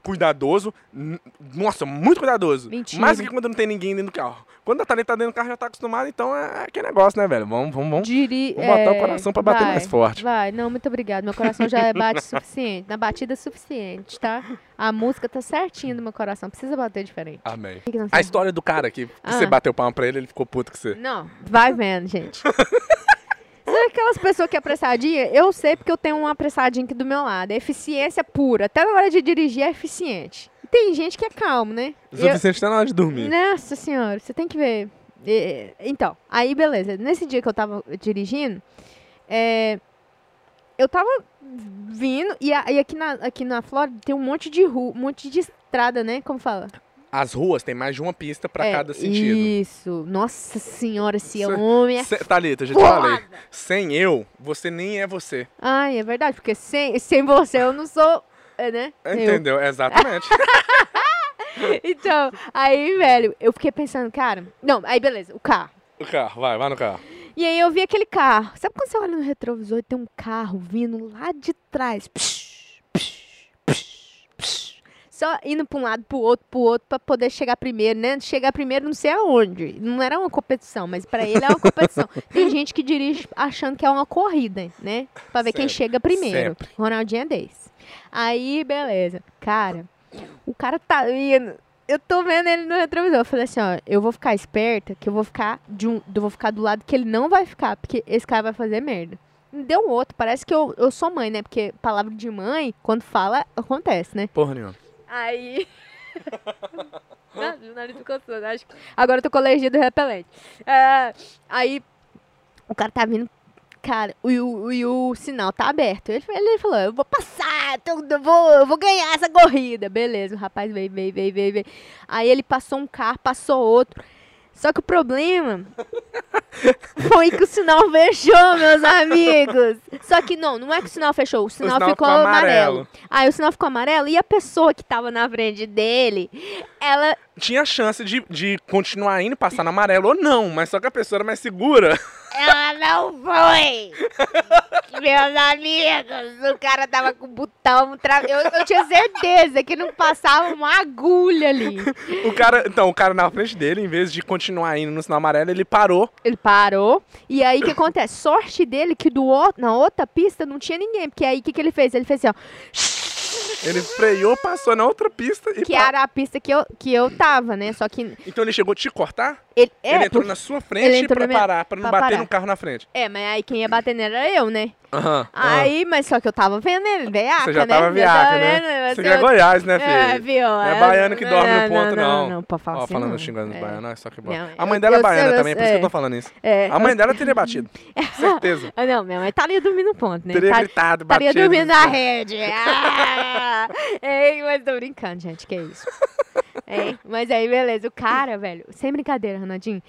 Speaker 1: cuidadoso. n- Nossa, muito cuidadoso.
Speaker 2: Mentira.
Speaker 1: Mais do que quando não tem ninguém dentro do carro. Quando a Thalita tá dentro do carro, já tá acostumada, então é aquele negócio, né, velho? Vamos, vamos, vamos.
Speaker 2: Diri...
Speaker 1: Vou botar o
Speaker 2: é,
Speaker 1: coração pra bater
Speaker 2: vai,
Speaker 1: mais forte.
Speaker 2: Vai, não, muito obrigado. Meu coração já é bate suficiente, na batida suficiente, tá? A música tá certinha do meu coração, precisa bater diferente.
Speaker 1: Amém.
Speaker 2: O que que nós
Speaker 1: A
Speaker 2: temos?
Speaker 1: história do cara que, que
Speaker 2: Ah.
Speaker 1: você bateu palma pra ele, ele ficou puto com você.
Speaker 2: Não, vai vendo, gente. Sabe aquelas pessoas que é apressadinha? Eu sei porque eu tenho uma apressadinha aqui do meu lado. É eficiência pura. Até na hora de dirigir é eficiente. Tem gente que é calmo, né?
Speaker 1: O
Speaker 2: Eu-
Speaker 1: suficiente tá na hora de dormir.
Speaker 2: nossa senhora, você tem que ver. É, Então, aí beleza. Nesse dia que eu tava dirigindo, é, eu tava vindo e, a- e aqui, na, aqui na Flórida tem um monte de rua, um monte de estrada, né? Como fala?
Speaker 1: As ruas têm mais de uma pista pra
Speaker 2: É,
Speaker 1: cada sentido.
Speaker 2: Isso. Nossa senhora, esse
Speaker 1: Cê-
Speaker 2: homem é
Speaker 1: Cê- Thalita, eu já te
Speaker 2: Porrada.
Speaker 1: falei. Sem eu, você nem é você.
Speaker 2: Ai, é verdade, porque sem, sem você eu não sou, é, né? Eu.
Speaker 1: Entendeu? Exatamente.
Speaker 2: Então, aí, velho, eu fiquei pensando, cara. Não, aí beleza, o carro.
Speaker 1: o carro, vai, vai no carro.
Speaker 2: E aí eu vi aquele carro. Sabe quando você olha no retrovisor e tem um carro vindo lá de trás? Psh, psh, psh, psh. Só indo pra um lado, pro outro, pro outro, pra poder chegar primeiro, né? Chegar primeiro não sei aonde. Não era uma competição, mas pra ele é uma competição. Tem gente que dirige achando que é uma corrida, né? Pra ver quem
Speaker 1: Sempre,
Speaker 2: chega primeiro. Ronaldinho é desse. Aí, beleza. Cara, o cara tá indo. Eu tô vendo ele no retrovisor. Eu falei assim, ó, eu vou ficar esperta, que eu vou ficar de um. Eu vou ficar do lado que ele não vai ficar, porque esse cara vai fazer merda. Me deu um outro, parece que eu, eu sou mãe, né? Porque palavra de mãe, quando fala, acontece, né?
Speaker 1: Porra nenhuma.
Speaker 2: Aí. Não, o Né? nariz ficou todo, acho que- Agora eu tô com alergia do repelente. É, aí o cara tá vindo. Cara, e o, e o sinal tá aberto. Ele, ele falou: Eu vou passar, tô- eu vou, eu vou ganhar essa corrida. Beleza, o rapaz veio, veio, veio, veio, veio. Aí ele passou um carro, passou outro. Só que o problema foi que o sinal fechou, meus amigos. Só que não, não é que o sinal fechou, o sinal,
Speaker 1: sinal
Speaker 2: ficou
Speaker 1: ficou
Speaker 2: amarelo.
Speaker 1: amarelo.
Speaker 2: Aí o sinal ficou amarelo e a pessoa que tava na frente dele, ela.
Speaker 1: Tinha chance de, de continuar indo, passar no amarelo ou não, mas só que a pessoa era mais segura.
Speaker 2: Ela não foi! Meus amigos, o cara tava com botão. Tra... Eu, eu tinha certeza que não passava uma agulha ali.
Speaker 1: O cara, então, o cara na frente dele, em vez de continuar indo no sinal amarelo, ele parou.
Speaker 2: Ele parou. E aí o que acontece? Sorte dele que do outro, na outra pista não tinha ninguém. Porque aí o que, que ele fez? Ele fez assim, ó.
Speaker 1: Ele freou, passou na outra pista e
Speaker 2: Que
Speaker 1: pa-
Speaker 2: era a pista que eu, que eu tava, né? Só que.
Speaker 1: Então ele chegou a te cortar?
Speaker 2: Ele, é,
Speaker 1: ele entrou
Speaker 2: por-
Speaker 1: na sua
Speaker 2: ele
Speaker 1: frente
Speaker 2: entrou
Speaker 1: pra
Speaker 2: na minha-
Speaker 1: parar, pra não
Speaker 2: pra
Speaker 1: bater
Speaker 2: parar.
Speaker 1: no carro na frente.
Speaker 2: é, mas aí quem ia bater nele era eu, né?
Speaker 1: Aham. aham.
Speaker 2: Aí, mas só que eu tava vendo ele, veaca,
Speaker 1: Ah. Você já
Speaker 2: né?
Speaker 1: tava
Speaker 2: Eu
Speaker 1: viaca,
Speaker 2: vendo,
Speaker 1: né?
Speaker 2: mas
Speaker 1: Você
Speaker 2: eu-
Speaker 1: que é Goiás, né,
Speaker 2: É,
Speaker 1: filho?
Speaker 2: viu? Não
Speaker 1: é baiano que dorme no ponto, não.
Speaker 2: Não, não, pode falar
Speaker 1: Ó,
Speaker 2: assim,
Speaker 1: falando
Speaker 2: não.
Speaker 1: xingando os
Speaker 2: É,
Speaker 1: baianos, olha só que bom.
Speaker 2: Não,
Speaker 1: a mãe
Speaker 2: eu-
Speaker 1: dela é
Speaker 2: eu sei,
Speaker 1: baiana
Speaker 2: eu
Speaker 1: também, por isso que eu
Speaker 2: sei.
Speaker 1: tô falando isso.
Speaker 2: é.
Speaker 1: A mãe dela teria batido. Certeza.
Speaker 2: Ah, não, minha mãe estaria dormindo no ponto, né?
Speaker 1: Teria
Speaker 2: Tá-
Speaker 1: gritado, batido.
Speaker 2: Estaria dormindo na rede. Ah! Ei, mas tô brincando, gente, que é isso. Ei, mas aí, beleza. O cara, velho, sem brincadeira, Ronaldinho.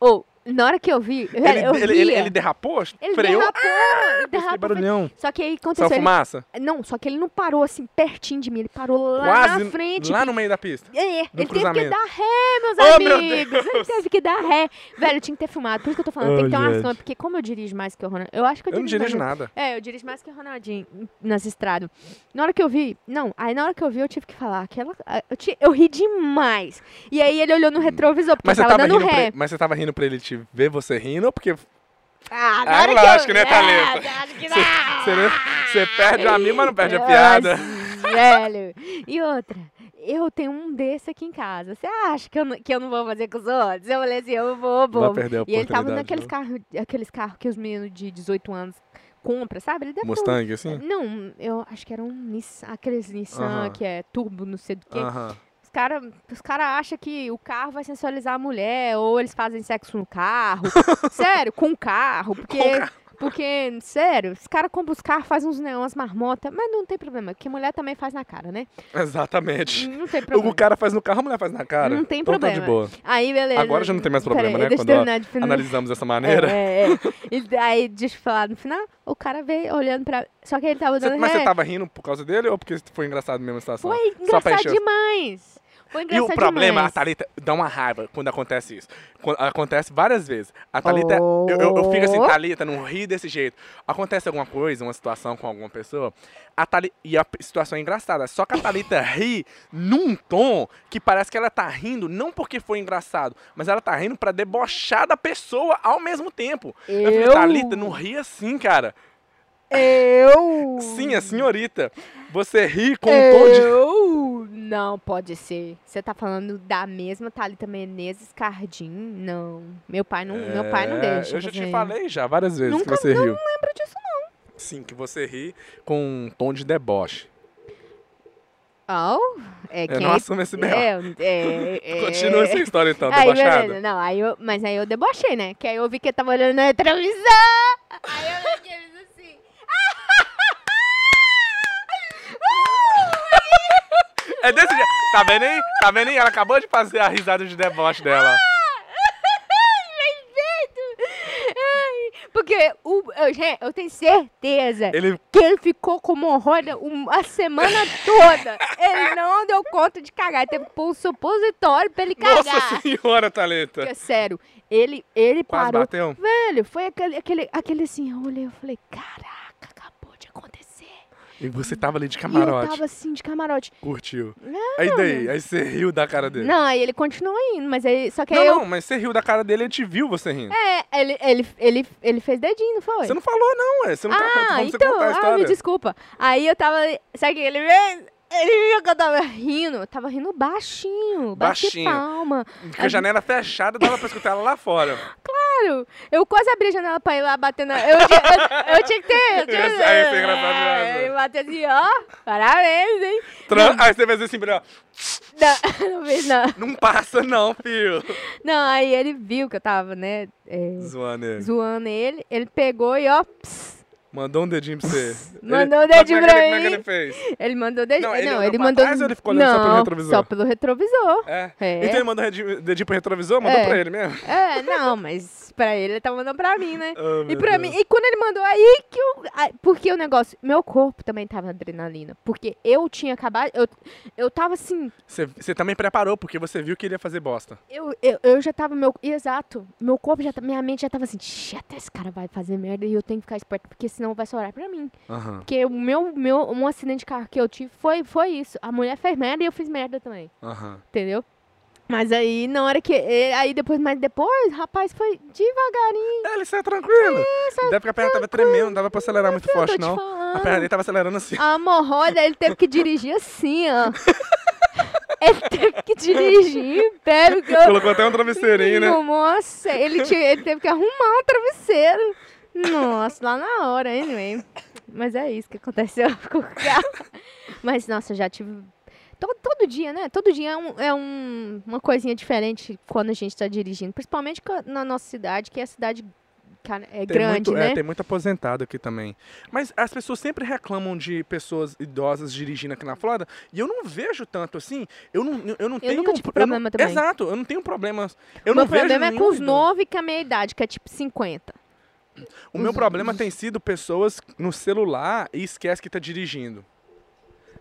Speaker 2: Ou, na hora que eu vi, eu-
Speaker 1: Ele,
Speaker 2: eu
Speaker 1: ele,
Speaker 2: via,
Speaker 1: ele- ele derrapou,
Speaker 2: ele
Speaker 1: freou. Ah!
Speaker 2: derrapou, ele
Speaker 1: que
Speaker 2: derrapou.
Speaker 1: barulhão.
Speaker 2: Só que aí aconteceu...
Speaker 1: Só
Speaker 2: ele-
Speaker 1: fumaça.
Speaker 2: Não, só que ele não parou assim pertinho de mim, ele parou lá
Speaker 1: Quase
Speaker 2: na frente.
Speaker 1: lá no meio da pista.
Speaker 2: É, ele teve que
Speaker 1: cruzamento.
Speaker 2: dar ré, meus
Speaker 1: Oh, meu
Speaker 2: amigos. ele teve que dar ré. Velho, eu tinha que ter filmado. Por isso que eu tô falando,
Speaker 1: Oh,
Speaker 2: tem que ter uma
Speaker 1: gente.
Speaker 2: ação, porque como eu dirijo mais que o Ronaldinho. Eu acho que eu
Speaker 1: Eu não
Speaker 2: dirijo.
Speaker 1: dirijo
Speaker 2: mais,
Speaker 1: nada.
Speaker 2: É, eu dirijo mais que o Ronaldinho nas estradas. Na hora que eu vi. Não, aí na hora que eu vi, eu tive que falar. Aquela, eu, ti- eu ri demais. E aí ele olhou no retrovisor, porque
Speaker 1: Mas você,
Speaker 2: tava
Speaker 1: tava
Speaker 2: dando
Speaker 1: rindo pra,
Speaker 2: ré.
Speaker 1: ele- mas você tava rindo pra ele te ver você rindo ou porque
Speaker 2: Ah,
Speaker 1: Ah,
Speaker 2: na hora que
Speaker 1: lógico,
Speaker 2: eu...
Speaker 1: né, Thalita?
Speaker 2: Ah, acho que
Speaker 1: você,
Speaker 2: não.
Speaker 1: né, você perde o amigo, mas não perde a
Speaker 2: Nossa,
Speaker 1: piada?
Speaker 2: Velho. E outra, eu tenho um desse aqui em casa. Você acha que eu, não- que eu não vou fazer com os outros? Eu falei assim, eu
Speaker 1: Vai
Speaker 2: vou, vou.
Speaker 1: perder a oportunidade.
Speaker 2: E ele tava naqueles
Speaker 1: né?
Speaker 2: carros aqueles carro que os meninos de 18 anos compram, sabe? Ele deve ter um-
Speaker 1: Mustang, assim?
Speaker 2: Não, eu acho que era um Nissan, aqueles Nissan
Speaker 1: Aham.
Speaker 2: que é turbo, não sei do que.
Speaker 1: Aham.
Speaker 2: caras os cara acham que o carro vai sensualizar a mulher, ou eles fazem sexo no carro. sério, com carro, porque.
Speaker 1: Com carro.
Speaker 2: Porque, sério, os caras compram os carros, fazem uns neões, umas marmotas, mas não tem problema, porque mulher também faz na cara, né?
Speaker 1: Exatamente.
Speaker 2: Não tem
Speaker 1: O que o
Speaker 2: problema.
Speaker 1: cara faz no carro, a mulher faz na cara.
Speaker 2: Não tem
Speaker 1: Então tá de
Speaker 2: problema.
Speaker 1: boa.
Speaker 2: Aí, beleza.
Speaker 1: Agora já não tem mais
Speaker 2: Peraí,
Speaker 1: problema, né?
Speaker 2: Deixa eu
Speaker 1: Quando a-
Speaker 2: terminar de finalizar.
Speaker 1: Analisamos dessa maneira.
Speaker 2: É, é, é. E aí, deixa eu falar, no final, o cara veio olhando pra. Só que ele tava
Speaker 1: Cê-
Speaker 2: dando
Speaker 1: mas
Speaker 2: ré.
Speaker 1: você tava rindo por causa dele ou porque foi engraçado mesmo a situação?
Speaker 2: é.
Speaker 1: Só
Speaker 2: Foi
Speaker 1: pra
Speaker 2: engraçado
Speaker 1: encher os-
Speaker 2: demais. Foi
Speaker 1: E
Speaker 2: engraçado
Speaker 1: o problema,
Speaker 2: demais.
Speaker 1: a Thalita dá uma raiva quando acontece isso. Quando- acontece várias vezes. A Thalita,
Speaker 2: Oh.
Speaker 1: eu, eu, eu fico assim, Thalita, não ri desse jeito. Acontece alguma coisa, uma situação com alguma pessoa, a Thali, e a p- situação é engraçada. Só que a Thalita ri num tom que parece que ela tá rindo não porque foi engraçado, mas ela tá rindo pra debochar da pessoa ao mesmo tempo. Eu, falei, Thalita, não ri assim, cara.
Speaker 2: Eu.
Speaker 1: Sim, a senhorita. Você ri com um tom de
Speaker 2: Eu. Não, pode ser. Você tá falando da mesma Thalita Menezes Cardim? Não. Meu pai não, meu pai não
Speaker 1: É,
Speaker 2: deixa. tá
Speaker 1: Eu já
Speaker 2: fazer.
Speaker 1: te falei já várias vezes que
Speaker 2: Nunca-
Speaker 1: você
Speaker 2: não
Speaker 1: riu. Não lembro disso, não. Sim, que você ri com um tom de deboche.
Speaker 2: Oh, é
Speaker 1: Eu
Speaker 2: quem.
Speaker 1: não assumo esse B.O.
Speaker 2: é, é, é,
Speaker 1: Continua essa história então,
Speaker 2: Aí,
Speaker 1: debochada.
Speaker 2: beleza. Não, aí eu, mas aí eu debochei, né? Que aí eu vi que ele tava olhando na televisão. Aí eu olhei que ele fez assim.
Speaker 1: É desse jeito. Tá vendo aí? Tá vendo aí? Ela acabou de fazer a risada de deboche dela.
Speaker 2: Perfeito! Ai, porque o, eu, gente, eu tenho certeza
Speaker 1: Ele
Speaker 2: que ele ficou com hemorroida um- a semana toda. Ele não deu conta de cagar. Ele teve que pôr um supositório pra ele cagar.
Speaker 1: Nossa senhora, Thalita.
Speaker 2: Porque, é sério, ele, ele
Speaker 1: Quase
Speaker 2: parou.
Speaker 1: bateu.
Speaker 2: Velho, foi aquele, aquele, aquele assim, eu olhei eu falei, caraca, acabou de acontecer.
Speaker 1: E você tava ali de
Speaker 2: E eu
Speaker 1: camarote.
Speaker 2: tava assim, de camarote.
Speaker 1: Curtiu. Aí daí, aí você riu da cara dele.
Speaker 2: Não, aí ele continuou indo, mas aí, só que
Speaker 1: não,
Speaker 2: aí eu...
Speaker 1: não, mas você riu da cara dele, ele te viu você rindo.
Speaker 2: É, ele, ele, ele, ele fez dedinho, não foi?
Speaker 1: Você não falou, não, é. Você não tá
Speaker 2: Ah,
Speaker 1: vamos você
Speaker 2: então,
Speaker 1: contar a
Speaker 2: ah, me
Speaker 1: história.
Speaker 2: desculpa. Aí eu tava. Sabe o que ele fez? Ele viu que eu tava rindo. Eu tava rindo baixinho. Bati
Speaker 1: Baixinho.
Speaker 2: palma.
Speaker 1: Porque a janela é fechada dava pra escutar ela lá fora.
Speaker 2: Claro, eu quase abri a janela pra ir lá bater na. Eu, tinha- eu- eu tinha que ter. Eu tinha que ter.
Speaker 1: Isso aí, isso é engraçado demais, né?
Speaker 2: eu bati assim, ó. Parabéns, hein?
Speaker 1: Tran- Aí você fez assim, ó.
Speaker 2: Não, não fez, não.
Speaker 1: Não passa não, filho.
Speaker 2: Não, aí ele viu que eu tava, né? é,
Speaker 1: Zoando ele.
Speaker 2: zoando ele. Ele pegou e, ó. pss,
Speaker 1: Mandou um dedinho pra você.
Speaker 2: Mandou um
Speaker 1: Mas
Speaker 2: dedinho
Speaker 1: como é que ele-
Speaker 2: pra
Speaker 1: Como é
Speaker 2: mim.
Speaker 1: que ele fez?
Speaker 2: ele mandou. De...
Speaker 1: Não,
Speaker 2: Não,
Speaker 1: ele
Speaker 2: ele,
Speaker 1: olhou pra
Speaker 2: mandou.
Speaker 1: trás ou ele ficou olhando só pelo
Speaker 2: Não,
Speaker 1: retrovisor?
Speaker 2: Só pelo retrovisor.
Speaker 1: É.
Speaker 2: É.
Speaker 1: Então ele mandou redinho- dedinho pro retrovisor? Mandou
Speaker 2: É.
Speaker 1: pra ele mesmo?
Speaker 2: É, não, mas pra ele ele tá mandando pra mim, né?
Speaker 1: Oh, meu
Speaker 2: E pra
Speaker 1: Deus.
Speaker 2: mim, e quando ele mandou aí que eu. ai, Porque o negócio. Meu corpo também tava na adrenalina. Porque eu tinha acabado. Eu, eu tava assim.
Speaker 1: Você, você também preparou, porque você viu que ele ia fazer bosta.
Speaker 2: Eu, eu, eu já tava. Meu, exato. Meu corpo já. tá- Minha mente já tava assim. "Shit, até esse cara vai fazer merda e eu tenho que ficar esperto. Porque senão vai sobrar pra mim.
Speaker 1: Aham,
Speaker 2: Porque o meu, meu. Um acidente de carro que eu tive foi, foi isso. A mulher fez merda e eu fiz merda também.
Speaker 1: aham.
Speaker 2: Entendeu? Mas aí, na hora que. eh, Aí depois, mas depois, rapaz, foi devagarinho.
Speaker 1: É, ele saiu tranquilo.
Speaker 2: É,
Speaker 1: Deve que a perna tava tremendo, não dava pra acelerar muito
Speaker 2: Eu tô
Speaker 1: forte,
Speaker 2: te
Speaker 1: não. A
Speaker 2: falando.
Speaker 1: perna dele tava acelerando assim.
Speaker 2: A hemorroida, ele teve que dirigir assim, ó. Ele teve que dirigir, pera o que eu...
Speaker 1: Colocou até um travesseirinho, né?
Speaker 2: Nossa, ele, tinha- ele teve que arrumar o travesseiro. Nossa, lá na hora, hein, anyway. Mas é isso que aconteceu com o carro. Mas, nossa, eu já tive... Todo, todo dia, né? Todo dia é, um- é um- uma coisinha diferente quando a gente tá dirigindo. Principalmente co- na nossa cidade, que é a cidade cara, é
Speaker 1: Tem
Speaker 2: grande,
Speaker 1: muito,
Speaker 2: né?
Speaker 1: É, tem muito aposentado aqui também. Mas as pessoas sempre reclamam de pessoas idosas dirigindo aqui na Flórida, e eu não vejo tanto assim. Eu não, eu não tenho
Speaker 2: nunca
Speaker 1: eu
Speaker 2: tive
Speaker 1: não-
Speaker 2: problema também.
Speaker 1: Exato, eu não tenho problemas. Eu
Speaker 2: Meu
Speaker 1: não vejo
Speaker 2: problema é
Speaker 1: nenhum
Speaker 2: com os
Speaker 1: idoso.
Speaker 2: novos e com a meia idade, que é tipo 50.
Speaker 1: O meu
Speaker 2: os-
Speaker 1: problema tem sido pessoas no celular e esquece que tá dirigindo.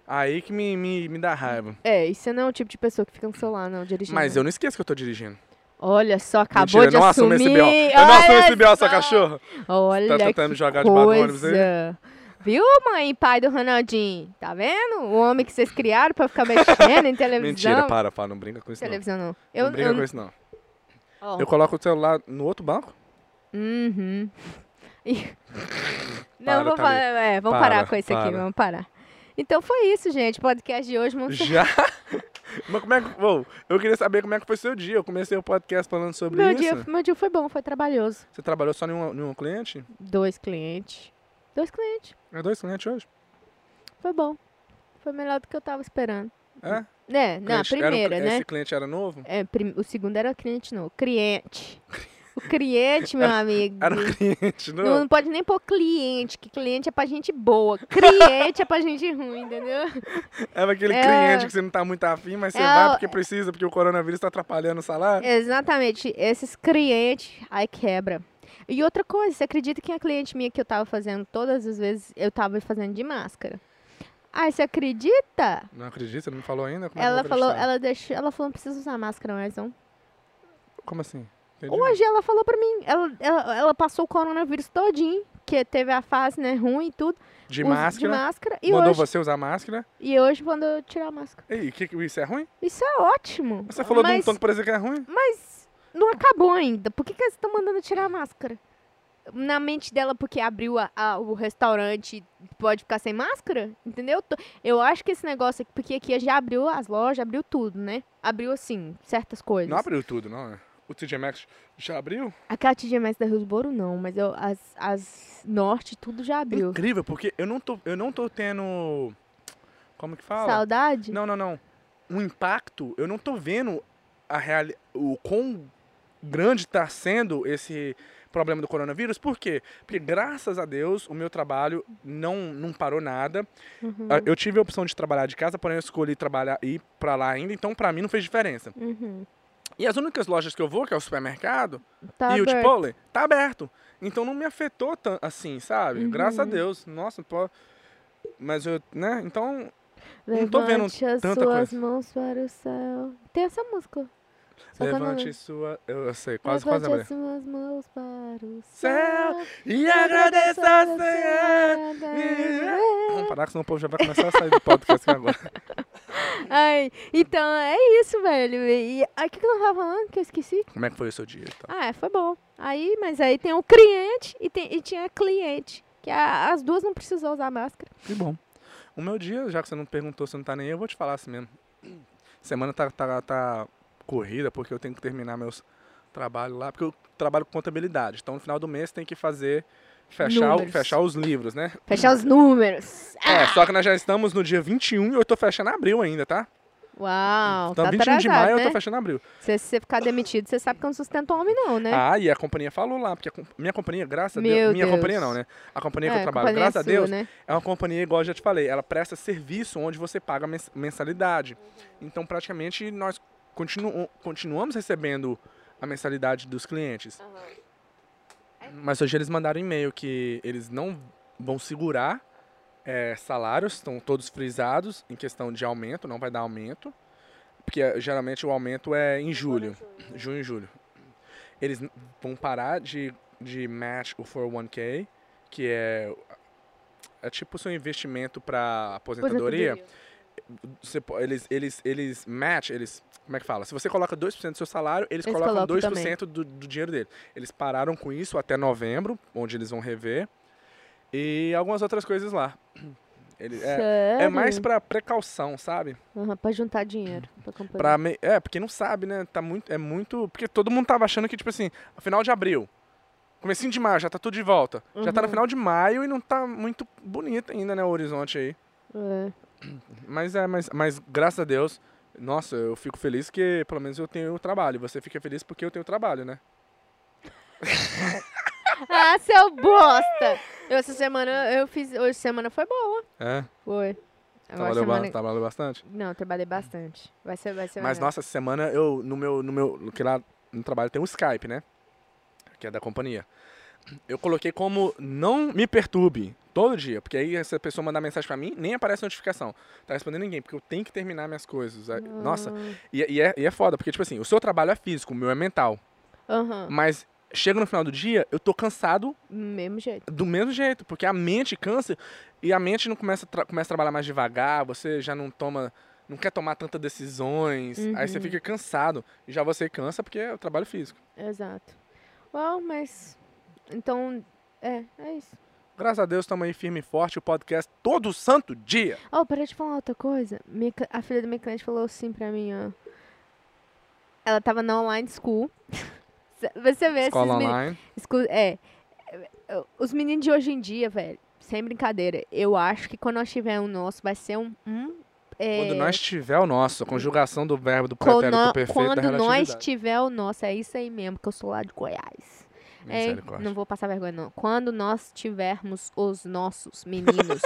Speaker 1: Aí que me, me, me dá raiva.
Speaker 2: É, e você não é o tipo de pessoa que fica no celular, não, dirigindo.
Speaker 1: Mas eu não esqueço que eu tô dirigindo.
Speaker 2: Olha só, acabou
Speaker 1: Mentira,
Speaker 2: de
Speaker 1: eu não assumo
Speaker 2: assumir.
Speaker 1: esse B.O. Eu não assumo
Speaker 2: Olha
Speaker 1: esse B.O., sua
Speaker 2: só.
Speaker 1: cachorra.
Speaker 2: Olha
Speaker 1: Tá tentando
Speaker 2: que
Speaker 1: jogar debaixo do ônibus aí?
Speaker 2: coisa. Viu, mãe e pai do Ronaldinho? Tá vendo? O homem que vocês criaram pra ficar mexendo em televisão.
Speaker 1: Mentira, para, para, não brinca com isso não.
Speaker 2: Televisão não.
Speaker 1: Não brinca com isso não.
Speaker 2: ó.
Speaker 1: Eu coloco o celular no outro banco.
Speaker 2: Uhum. E- Não,
Speaker 1: Para, Thalita.
Speaker 2: vou falar. É, vamos
Speaker 1: Para,
Speaker 2: parar com isso aqui,
Speaker 1: para.
Speaker 2: vamos parar. Então foi isso, gente. Podcast de hoje. Vamos...
Speaker 1: Já? Mas como é que. Bom, eu queria saber como é que foi seu dia. Eu comecei o podcast falando sobre
Speaker 2: Meu
Speaker 1: isso.
Speaker 2: dia, meu dia foi bom, foi trabalhoso.
Speaker 1: Você trabalhou só em um, em um cliente?
Speaker 2: Dois clientes. Dois clientes.
Speaker 1: É dois clientes hoje?
Speaker 2: Foi bom. Foi melhor do que eu tava esperando.
Speaker 1: É?
Speaker 2: É, não, a
Speaker 1: Cliente- era um
Speaker 2: primeira,
Speaker 1: cli-
Speaker 2: né?
Speaker 1: Esse cliente era novo?
Speaker 2: É, prim- o segundo era cliente novo. Cliente. O cliente, meu amigo.
Speaker 1: Era um cliente novo?
Speaker 2: Uhum. Não, não pode nem pôr cliente, que cliente é pra gente boa. Cliente é pra gente ruim, entendeu?
Speaker 1: Era aquele
Speaker 2: É.
Speaker 1: cliente que você não tá muito afim, mas você
Speaker 2: É
Speaker 1: vai
Speaker 2: o-
Speaker 1: porque precisa, porque o coronavírus tá atrapalhando o
Speaker 2: É.
Speaker 1: salário?
Speaker 2: Exatamente. Esses clientes, aí quebra. E outra coisa, você acredita que a cliente minha que eu tava fazendo todas as vezes, eu tava fazendo de máscara. Aí você acredita?
Speaker 1: Não acredito, você não me falou ainda? Como é que eu
Speaker 2: ela
Speaker 1: vou
Speaker 2: falou,
Speaker 1: acreditar?
Speaker 2: ela deixou, ela falou, não precisa usar máscara mais não.
Speaker 1: Como assim? Entendi.
Speaker 2: Hoje ela falou pra mim, ela, ela, ela passou o coronavírus todinho, que teve a fase, né, ruim e tudo.
Speaker 1: De
Speaker 2: uso
Speaker 1: máscara?
Speaker 2: De máscara. E
Speaker 1: mandou
Speaker 2: hoje,
Speaker 1: você usar máscara?
Speaker 2: e hoje quando eu tirar a máscara.
Speaker 1: Ei, que, que- isso é ruim?
Speaker 2: Isso é ótimo.
Speaker 1: Você falou de um
Speaker 2: mas,
Speaker 1: tom que parecia que é ruim?
Speaker 2: Mas não acabou ainda. Por que, que eles estão mandando tirar a máscara? Na mente dela, porque abriu a- a- o restaurante, pode ficar sem máscara? Entendeu? Tô- Eu acho que esse negócio aqui, porque aqui já abriu as lojas, abriu tudo, né? Abriu, assim, certas coisas.
Speaker 1: Não abriu tudo, não. é? O TJ Maxx já abriu?
Speaker 2: Aquela TG mais da Rios Boro, não, mas eu- as, as norte, tudo já abriu.
Speaker 1: Incrível, porque eu não tô, eu não tô tendo. Como que fala?
Speaker 2: Saudade?
Speaker 1: Não, não, não. Um impacto, eu não tô vendo a real... o quão grande tá sendo esse problema do coronavírus. Por quê? Porque graças a Deus o meu trabalho não, não parou nada.
Speaker 2: Uhum,
Speaker 1: Ah, Eu tive a opção de trabalhar de casa, porém eu escolhi trabalhar ir pra lá ainda, então pra mim não fez diferença.
Speaker 2: uhum.
Speaker 1: E as únicas lojas que eu vou, que é o supermercado,
Speaker 2: Tá
Speaker 1: e o
Speaker 2: aberto.
Speaker 1: Chipotle tá aberto. Então não me afetou tan- assim,
Speaker 2: Uhum.
Speaker 1: sabe? Graças a Deus. Nossa, pô. Mas eu, né? Então, não tô vendo
Speaker 2: Levante as
Speaker 1: tanta
Speaker 2: suas
Speaker 1: coisa.
Speaker 2: mãos para o céu. Tem essa música. Só que eu não
Speaker 1: levante
Speaker 2: lembro.
Speaker 1: sua. Eu eu sei, quase, quase
Speaker 2: Levante
Speaker 1: lembrei.
Speaker 2: as suas mãos para o
Speaker 1: Céu,
Speaker 2: céu.
Speaker 1: E agradeça a Senhor.
Speaker 2: Senhor.
Speaker 1: Vamos parar, que senão o povo já vai começar a sair do podcast aqui agora.
Speaker 2: Ai, então é isso, velho. E aí, o que, que eu tava falando que eu esqueci?
Speaker 1: Como é que foi o seu dia? e tal?
Speaker 2: Ah, é, foi bom. Aí, mas aí tem o cliente e, tem, e tinha a cliente. Que a- as duas não precisou usar máscara.
Speaker 1: Que bom. O meu dia, já que você não perguntou, você não tá nem aí, eu vou te falar assim mesmo. Semana tá, tá, tá corrida, porque eu tenho que terminar meus trabalhos lá, porque eu trabalho com contabilidade. Então no final do mês tem que fazer. Fechar, o-
Speaker 2: Números.
Speaker 1: fechar os livros, né?
Speaker 2: Fechar os números.
Speaker 1: É, só que nós já estamos no dia 21 e eu tô fechando abril ainda, tá?
Speaker 2: Uau,
Speaker 1: então,
Speaker 2: tá
Speaker 1: 21
Speaker 2: atrasado,
Speaker 1: de maio eu
Speaker 2: né?
Speaker 1: tô fechando abril.
Speaker 2: Se você ficar demitido, você sabe que eu não sustento homem, não, né?
Speaker 1: Ah, e a companhia falou lá, porque a com- minha companhia, graças a
Speaker 2: Meu
Speaker 1: Deus. Minha
Speaker 2: Deus.
Speaker 1: companhia não, né? A companhia que
Speaker 2: É,
Speaker 1: eu
Speaker 2: a
Speaker 1: trabalho,
Speaker 2: companhia
Speaker 1: graças
Speaker 2: é
Speaker 1: a
Speaker 2: sua,
Speaker 1: Deus,
Speaker 2: né?
Speaker 1: é uma companhia, igual eu já te falei, ela presta serviço onde você paga mens- mensalidade. Então, praticamente, nós continu continuamos recebendo a mensalidade dos clientes. Mas hoje eles mandaram e-mail que eles não vão segurar é, salários, estão todos frisados em questão de aumento, não vai dar aumento. Porque eh, geralmente o aumento é em julho, junho e julho. Eles n- vão parar de, de match o 401k, que é, é tipo o seu investimento para aposentadoria. Você po- eles, eles, eles match, eles. Como é que fala? Se você coloca 2% do seu salário, eles,
Speaker 2: Eles
Speaker 1: colocam
Speaker 2: colocam
Speaker 1: 2% do, do dinheiro dele. Eles pararam com isso até novembro, onde eles vão rever. E algumas outras coisas lá. Ele, é, é
Speaker 2: Sério?
Speaker 1: mais pra precaução, sabe?
Speaker 2: Aham, pra juntar dinheiro. Pra comprar.
Speaker 1: Pra me- É, porque não sabe, né? Tá muito, é muito. Porque todo mundo tava achando que, tipo assim, final de abril. Comecinho de maio, já tá tudo de volta. Já tá no
Speaker 2: Uhum.
Speaker 1: final de maio e não tá muito bonito ainda, né, o horizonte aí.
Speaker 2: É.
Speaker 1: Mas é, mas, mas graças a Deus, nossa, eu fico feliz que pelo menos eu tenho trabalho. Você fica feliz porque eu tenho trabalho, né?
Speaker 2: Ah, seu bosta! Eu, essa semana eu fiz. Hoje semana foi boa.
Speaker 1: É.
Speaker 2: Foi. Agora
Speaker 1: Trabalhou, ba-
Speaker 2: semana.
Speaker 1: trabalhou bastante.
Speaker 2: Não, trabalhei bastante. Vai ser, vai ser.
Speaker 1: Mas
Speaker 2: vai-
Speaker 1: nossa, essa semana eu, no meu, no meu, no que lá no trabalho tem o Skype, né? Que é da companhia. Eu coloquei como não me perturbe todo dia, porque aí essa pessoa mandar mensagem pra mim, nem aparece notificação. Tá respondendo ninguém, porque eu tenho que terminar minhas coisas. Aí- Nossa, e, e é, e é foda, porque tipo assim, o seu trabalho é físico, o meu é mental.
Speaker 2: Aham.
Speaker 1: Mas chega no final do dia, eu tô cansado
Speaker 2: Mesmo jeito.
Speaker 1: do mesmo jeito, porque a mente cansa e a mente não começa a, tra- começa a trabalhar mais devagar, você já não toma, não quer tomar tantas decisões, aí você
Speaker 2: Uhum.
Speaker 1: fica cansado. E já você cansa porque é o trabalho físico.
Speaker 2: Exato. Uau, mas. Então. É, é isso.
Speaker 1: Graças a Deus estamos aí firme e forte, o podcast todo santo dia.
Speaker 2: Oh, para de falar outra coisa. Minha cli- a filha da minha cliente falou assim pra mim, ó. Ela tava na online school. Você vê esses
Speaker 1: Escola
Speaker 2: meni-
Speaker 1: online.
Speaker 2: Escu- É. eu- Os meninos de hoje em dia, velho, sem brincadeira, eu acho que quando nós tiver o nosso, vai ser um, um é,
Speaker 1: Quando nós tiver o nosso, a conjugação do verbo do
Speaker 2: quando,
Speaker 1: pretérito
Speaker 2: nó-
Speaker 1: perfeito da
Speaker 2: quando nós
Speaker 1: relatividade.
Speaker 2: tiver o nosso, é isso aí mesmo, que eu sou lá de Goiás. É,
Speaker 1: Misericórdia.
Speaker 2: não vou passar vergonha, não. Quando nós tivermos os nossos meninos,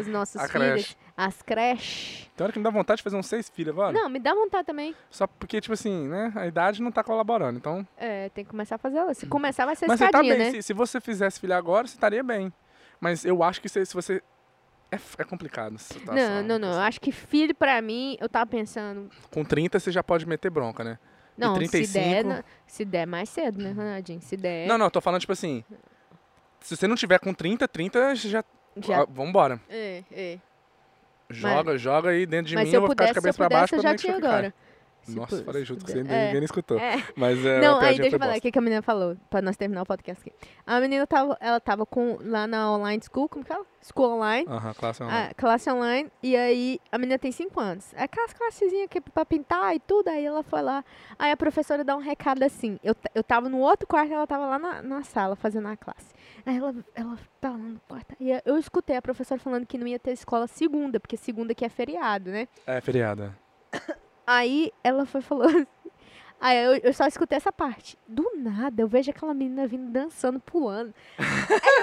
Speaker 2: os nossos
Speaker 1: A
Speaker 2: filhos,
Speaker 1: creche.
Speaker 2: as creches.
Speaker 1: Tem hora que me dá vontade de fazer uns seis filhos, agora.
Speaker 2: Não, me dá vontade também.
Speaker 1: Só porque, tipo assim, né? A idade não tá colaborando. Então.
Speaker 2: É, tem que começar a fazer ela. Se começar, vai ser
Speaker 1: Mas você tá
Speaker 2: escadinha,
Speaker 1: bem.
Speaker 2: né?
Speaker 1: Se, se você fizesse filho agora, você estaria bem. Mas eu acho que se, se você. É, f- é complicado essa situação. né?
Speaker 2: Não, não,
Speaker 1: assim.
Speaker 2: não. Eu acho que filho, pra mim, eu tava pensando.
Speaker 1: Com 30 você já pode meter bronca, né?
Speaker 2: Não, se
Speaker 1: 35?
Speaker 2: der. na- Se der mais cedo, né, Renadinho? Se der.
Speaker 1: Não, não, tô falando, tipo assim. Se você não tiver com 30, 30 você já.
Speaker 2: já...
Speaker 1: Ah, vambora.
Speaker 2: É, é.
Speaker 1: Joga, joga aí dentro de
Speaker 2: Mas
Speaker 1: mim,
Speaker 2: se eu
Speaker 1: vou ficar de
Speaker 2: pudesse, se eu
Speaker 1: cabeça pra baixo
Speaker 2: pudesse,
Speaker 1: pra
Speaker 2: eu já
Speaker 1: nem que
Speaker 2: tinha
Speaker 1: você ficar.
Speaker 2: agora. Se
Speaker 1: Nossa,
Speaker 2: pu-
Speaker 1: falei
Speaker 2: se
Speaker 1: junto que
Speaker 2: puder-
Speaker 1: você nem- ninguém escutou.
Speaker 2: É.
Speaker 1: Mas é, a
Speaker 2: Não, aí
Speaker 1: piadinha
Speaker 2: deixa eu
Speaker 1: foi
Speaker 2: falar o
Speaker 1: bosta.
Speaker 2: que que a menina falou, pra nós terminar o podcast aqui. A menina tava, ela tava com, lá na online school, como que ela? School online,
Speaker 1: Aham, classe é online.
Speaker 2: a Ah, classe online, e aí a menina tem 5 anos. É aquelas classezinhas que é pra pintar e tudo, aí ela foi lá. Aí a professora dá um recado assim, eu, ta- eu tava no outro quarto, ela tava lá na, na sala fazendo a classe. Aí ela, ela tá lá no quarto, e eu escutei a professora falando que não ia ter escola segunda, porque segunda que é feriado, né?
Speaker 1: É, feriada.
Speaker 2: Aí ela foi falou assim. Aí eu, eu só escutei essa parte. Do nada, eu vejo aquela menina vindo dançando, pulando.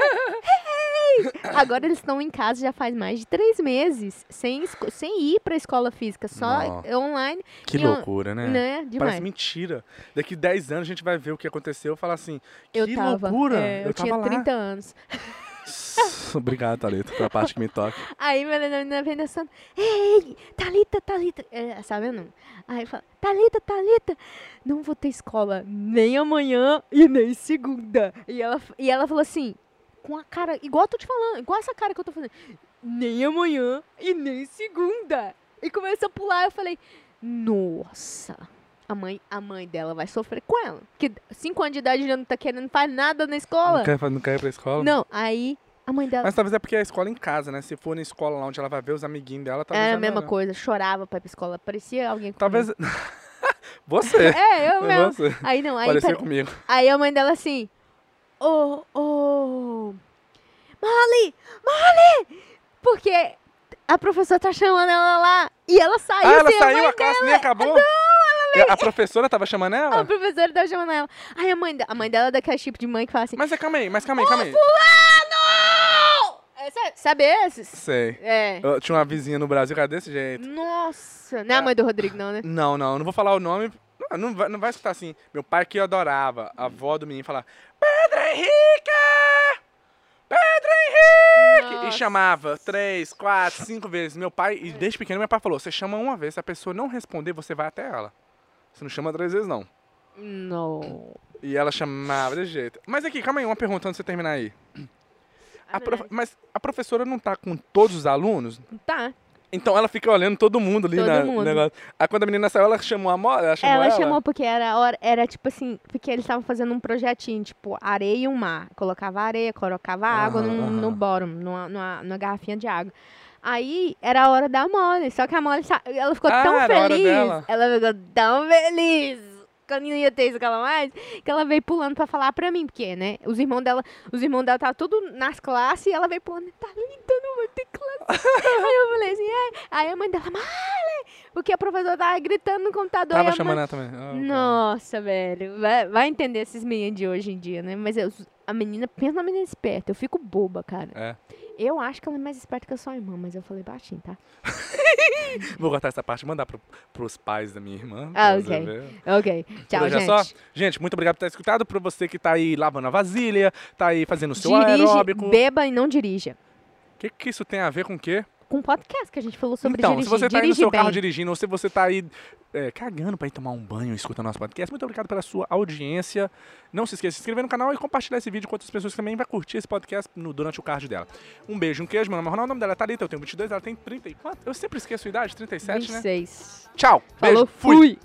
Speaker 2: Ei! Agora eles estão em casa já faz mais de três meses, sem, esco- sem ir pra escola física, só
Speaker 1: Nossa.
Speaker 2: online,
Speaker 1: Que
Speaker 2: Não,
Speaker 1: loucura, né?
Speaker 2: né?
Speaker 1: Parece
Speaker 2: Demais.
Speaker 1: mentira. Daqui 10 anos a gente vai ver o que aconteceu e falar assim: que
Speaker 2: eu tava,
Speaker 1: loucura!
Speaker 2: é, eu, tinha
Speaker 1: tava
Speaker 2: 30 anos.
Speaker 1: lá. Obrigado, Thalita, pela parte que me toca.
Speaker 2: Aí minha menina vem dançando. Ei, Thalita, Thalita. É, sabe não? Aí fala, Thalita, Thalita, não vou ter escola nem amanhã e nem segunda. E ela, e ela falou assim, com a cara, igual eu tô te falando, igual essa cara que eu tô fazendo. Nem amanhã e nem segunda. E começou a pular, eu falei, nossa. A mãe, a mãe dela vai sofrer com ela. Que cinco anos de idade já não tá querendo fazer nada na
Speaker 1: Não
Speaker 2: escola.
Speaker 1: quer, fa- não quer ir pra escola?
Speaker 2: Não, aí a mãe dela.
Speaker 1: Mas talvez é porque é a escola é em casa, né? Se for na escola lá onde ela vai ver os amiguinhos dela, talvez.
Speaker 2: Era É a
Speaker 1: ela-
Speaker 2: mesma coisa, chorava pra ir pra escola, parecia alguém comigo.
Speaker 1: Tá Talvez. Você!
Speaker 2: Hum. É, eu mesmo.
Speaker 1: Você.
Speaker 2: Aí não, aí,
Speaker 1: Pareceu
Speaker 2: pera-
Speaker 1: comigo.
Speaker 2: aí a mãe dela assim, ô, ô, Molly, Molly! Porque a professora tá chamando ela lá e ela saiu
Speaker 1: ah, ela
Speaker 2: sem a
Speaker 1: saiu,
Speaker 2: mãe é-
Speaker 1: a classe nem acabou? A professora tava chamando ela?
Speaker 2: dela. A professora tá chamando ela. Aí a mãe, de- a mãe dela é daquele tipo de mãe que fala assim,
Speaker 1: Mas é, calma aí, mas calma aí, calma aí.
Speaker 2: Fulano! É, sa- sabe esses?
Speaker 1: Sei.
Speaker 2: É.
Speaker 1: Eu tinha uma vizinha no Brasil que era desse jeito.
Speaker 2: Nossa, não é a mãe do Rodrigo não, né?
Speaker 1: Não, não, eu não vou falar o nome. Não, não vai, não vai escutar assim. Meu pai que eu adorava, a avó do menino, falar: Pedro Henrique! Pedro Henrique! E
Speaker 2: Nossa.
Speaker 1: chamava três, quatro, cinco vezes. Meu pai, e desde pequeno, meu pai falou: você chama uma vez, se a pessoa não responder, você vai até ela. Você não chama três vezes, não.
Speaker 2: Não.
Speaker 1: E ela chamava desse jeito. Mas aqui, calma aí, uma pergunta antes de você terminar aí.
Speaker 2: Ah,
Speaker 1: A prof- Mas a professora não tá com todos os alunos?
Speaker 2: Tá.
Speaker 1: Então ela fica olhando todo mundo ali
Speaker 2: Todo
Speaker 1: na, no
Speaker 2: mundo.
Speaker 1: negócio. Aí quando a menina saiu, ela chamou a moda? Ela chamou
Speaker 2: Ela
Speaker 1: ela?
Speaker 2: chamou porque era a hora, era tipo assim, porque eles estavam fazendo um projetinho, tipo, areia e um mar. Colocava areia, colocava água
Speaker 1: Aham,
Speaker 2: num- no
Speaker 1: aham.
Speaker 2: bórum, numa, numa, numa garrafinha de água. Aí era a hora da Molly, só que a Molly sa- ela ficou
Speaker 1: Ah,
Speaker 2: tão
Speaker 1: era a hora
Speaker 2: feliz.
Speaker 1: dela.
Speaker 2: Ela ficou tão feliz. Quando não ia ter isso com ela mais, que ela veio pulando pra falar pra mim, porque, né? Os irmãos dela, os irmãos dela tava tudo nas classes e ela veio pulando, tá linda, não vai ter classe. aí eu falei assim, ai. Aí a mãe dela, Molly! Porque a professora tava gritando no computador
Speaker 1: Tava
Speaker 2: e a mãe
Speaker 1: chamando ela também. Ah,
Speaker 2: nossa, velho. Vai, vai entender esses meninos de hoje em dia, né? Mas eu- a menina, pensa na menina esperta. Eu fico boba, cara.
Speaker 1: É.
Speaker 2: Eu acho que ela é mais esperta que a sua irmã, mas eu falei baixinho, tá?
Speaker 1: Vou cortar essa parte e mandar pro, pros pais da minha irmã.
Speaker 2: Ah,
Speaker 1: pra você
Speaker 2: ok.
Speaker 1: ver.
Speaker 2: Ok. Tchau,
Speaker 1: Por hoje é
Speaker 2: gente.
Speaker 1: Só. Gente, muito obrigado por ter escutado. Pra você que tá aí lavando a vasilha, tá aí fazendo o seu aeróbico.
Speaker 2: Dirige,
Speaker 1: O
Speaker 2: beba e não dirija.
Speaker 1: que, que isso tem a ver com o quê?
Speaker 2: Com o podcast que a gente falou sobre
Speaker 1: então,
Speaker 2: dirigir.
Speaker 1: se você tá aí no
Speaker 2: dirige
Speaker 1: seu
Speaker 2: bem.
Speaker 1: carro dirigindo, ou se você tá aí é, cagando pra ir tomar um banho e escutar nosso podcast, muito obrigado pela sua audiência. Não se esqueça de se inscrever no canal e compartilhar esse vídeo com outras pessoas que também vai curtir esse podcast no- durante o card dela. Um beijo, um queijo. Meu nome é Ronaldo, o nome dela é Thalita, eu tenho 22, ela tem 34. Eu sempre esqueço a idade, 37, né?
Speaker 2: 26.
Speaker 1: Tchau, beijo,
Speaker 2: Falou, fui.